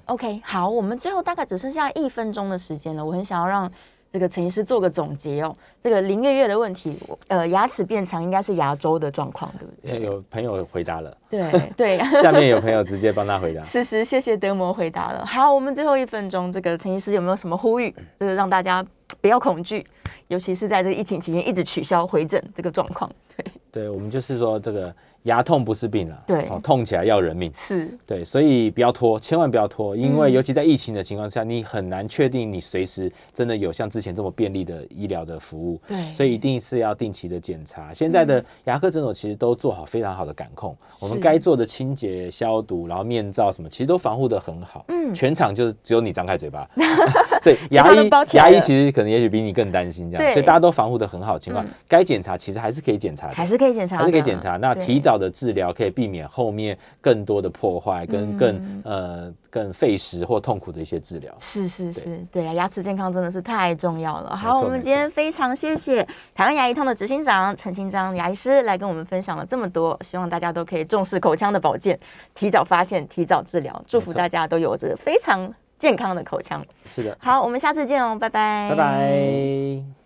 Speaker 2: OK，好，
Speaker 3: 嗯
Speaker 2: 我们最后大概只剩下一分钟的时间了，我很想要让这个陈医师做个总结哦。这个林月月的问题，我呃，牙齿变长应该是牙周的状况，对不
Speaker 3: 呃
Speaker 2: 对？
Speaker 3: 有朋友回答了，
Speaker 2: 对 对，。
Speaker 3: 下面有朋友直接帮他回答
Speaker 2: 是是，谢谢德摩回答了。好，我们最后一分钟，这个陈医师有没有什么呼吁，就是让大家不要恐惧，尤其是在这个疫情期间一直取消回诊这个状况。对，
Speaker 3: 对，我们就是说这个牙痛不是病了，
Speaker 2: 对
Speaker 3: 哦痛起来要人命。
Speaker 2: 是，
Speaker 3: 对，所以不要拖，千万不要拖，因为
Speaker 2: 嗯
Speaker 3: 尤其在疫情的情况下，你很难确定你随时真的有像之前这么便利的医疗的服务。
Speaker 2: 对嗯
Speaker 3: 所以一定是要定期的检查。现在的牙科诊所其实都做好非常好的感控，我们该做的清洁、消毒，然后面罩什么，其实都防护的很好。嗯，全场就是只有你张开嘴 巴，所以
Speaker 2: 其他
Speaker 3: 牙
Speaker 2: 人
Speaker 3: 医
Speaker 2: 包起来
Speaker 3: 牙医
Speaker 2: 了
Speaker 3: 其实可能也许比你更担心这
Speaker 2: 对嗯
Speaker 3: 样，所以大家都防护的很好的情况，该检查其实还是可以检查的，
Speaker 2: 还是可以检查的，
Speaker 3: 啊还是可以检查。那
Speaker 2: 对
Speaker 3: 提早的治疗可以避免后面更多的破坏跟更、
Speaker 2: 嗯
Speaker 3: 呃更费时或痛苦的一些治疗。
Speaker 2: 是是是，对啊，牙齿健康真的是太重要了。好，
Speaker 3: 没错
Speaker 2: 我们
Speaker 3: 没
Speaker 2: 今天非常谢谢台湾牙医通的执行长陈清章牙医师来跟我们分享了这么多，希望大家都可以重视口腔的保健，提早发现，提早治疗，祝福
Speaker 3: 没错
Speaker 2: 大家都有着非常健康的口腔。
Speaker 3: 是的，
Speaker 2: 好，我们下次见哦，拜拜，
Speaker 3: 拜拜。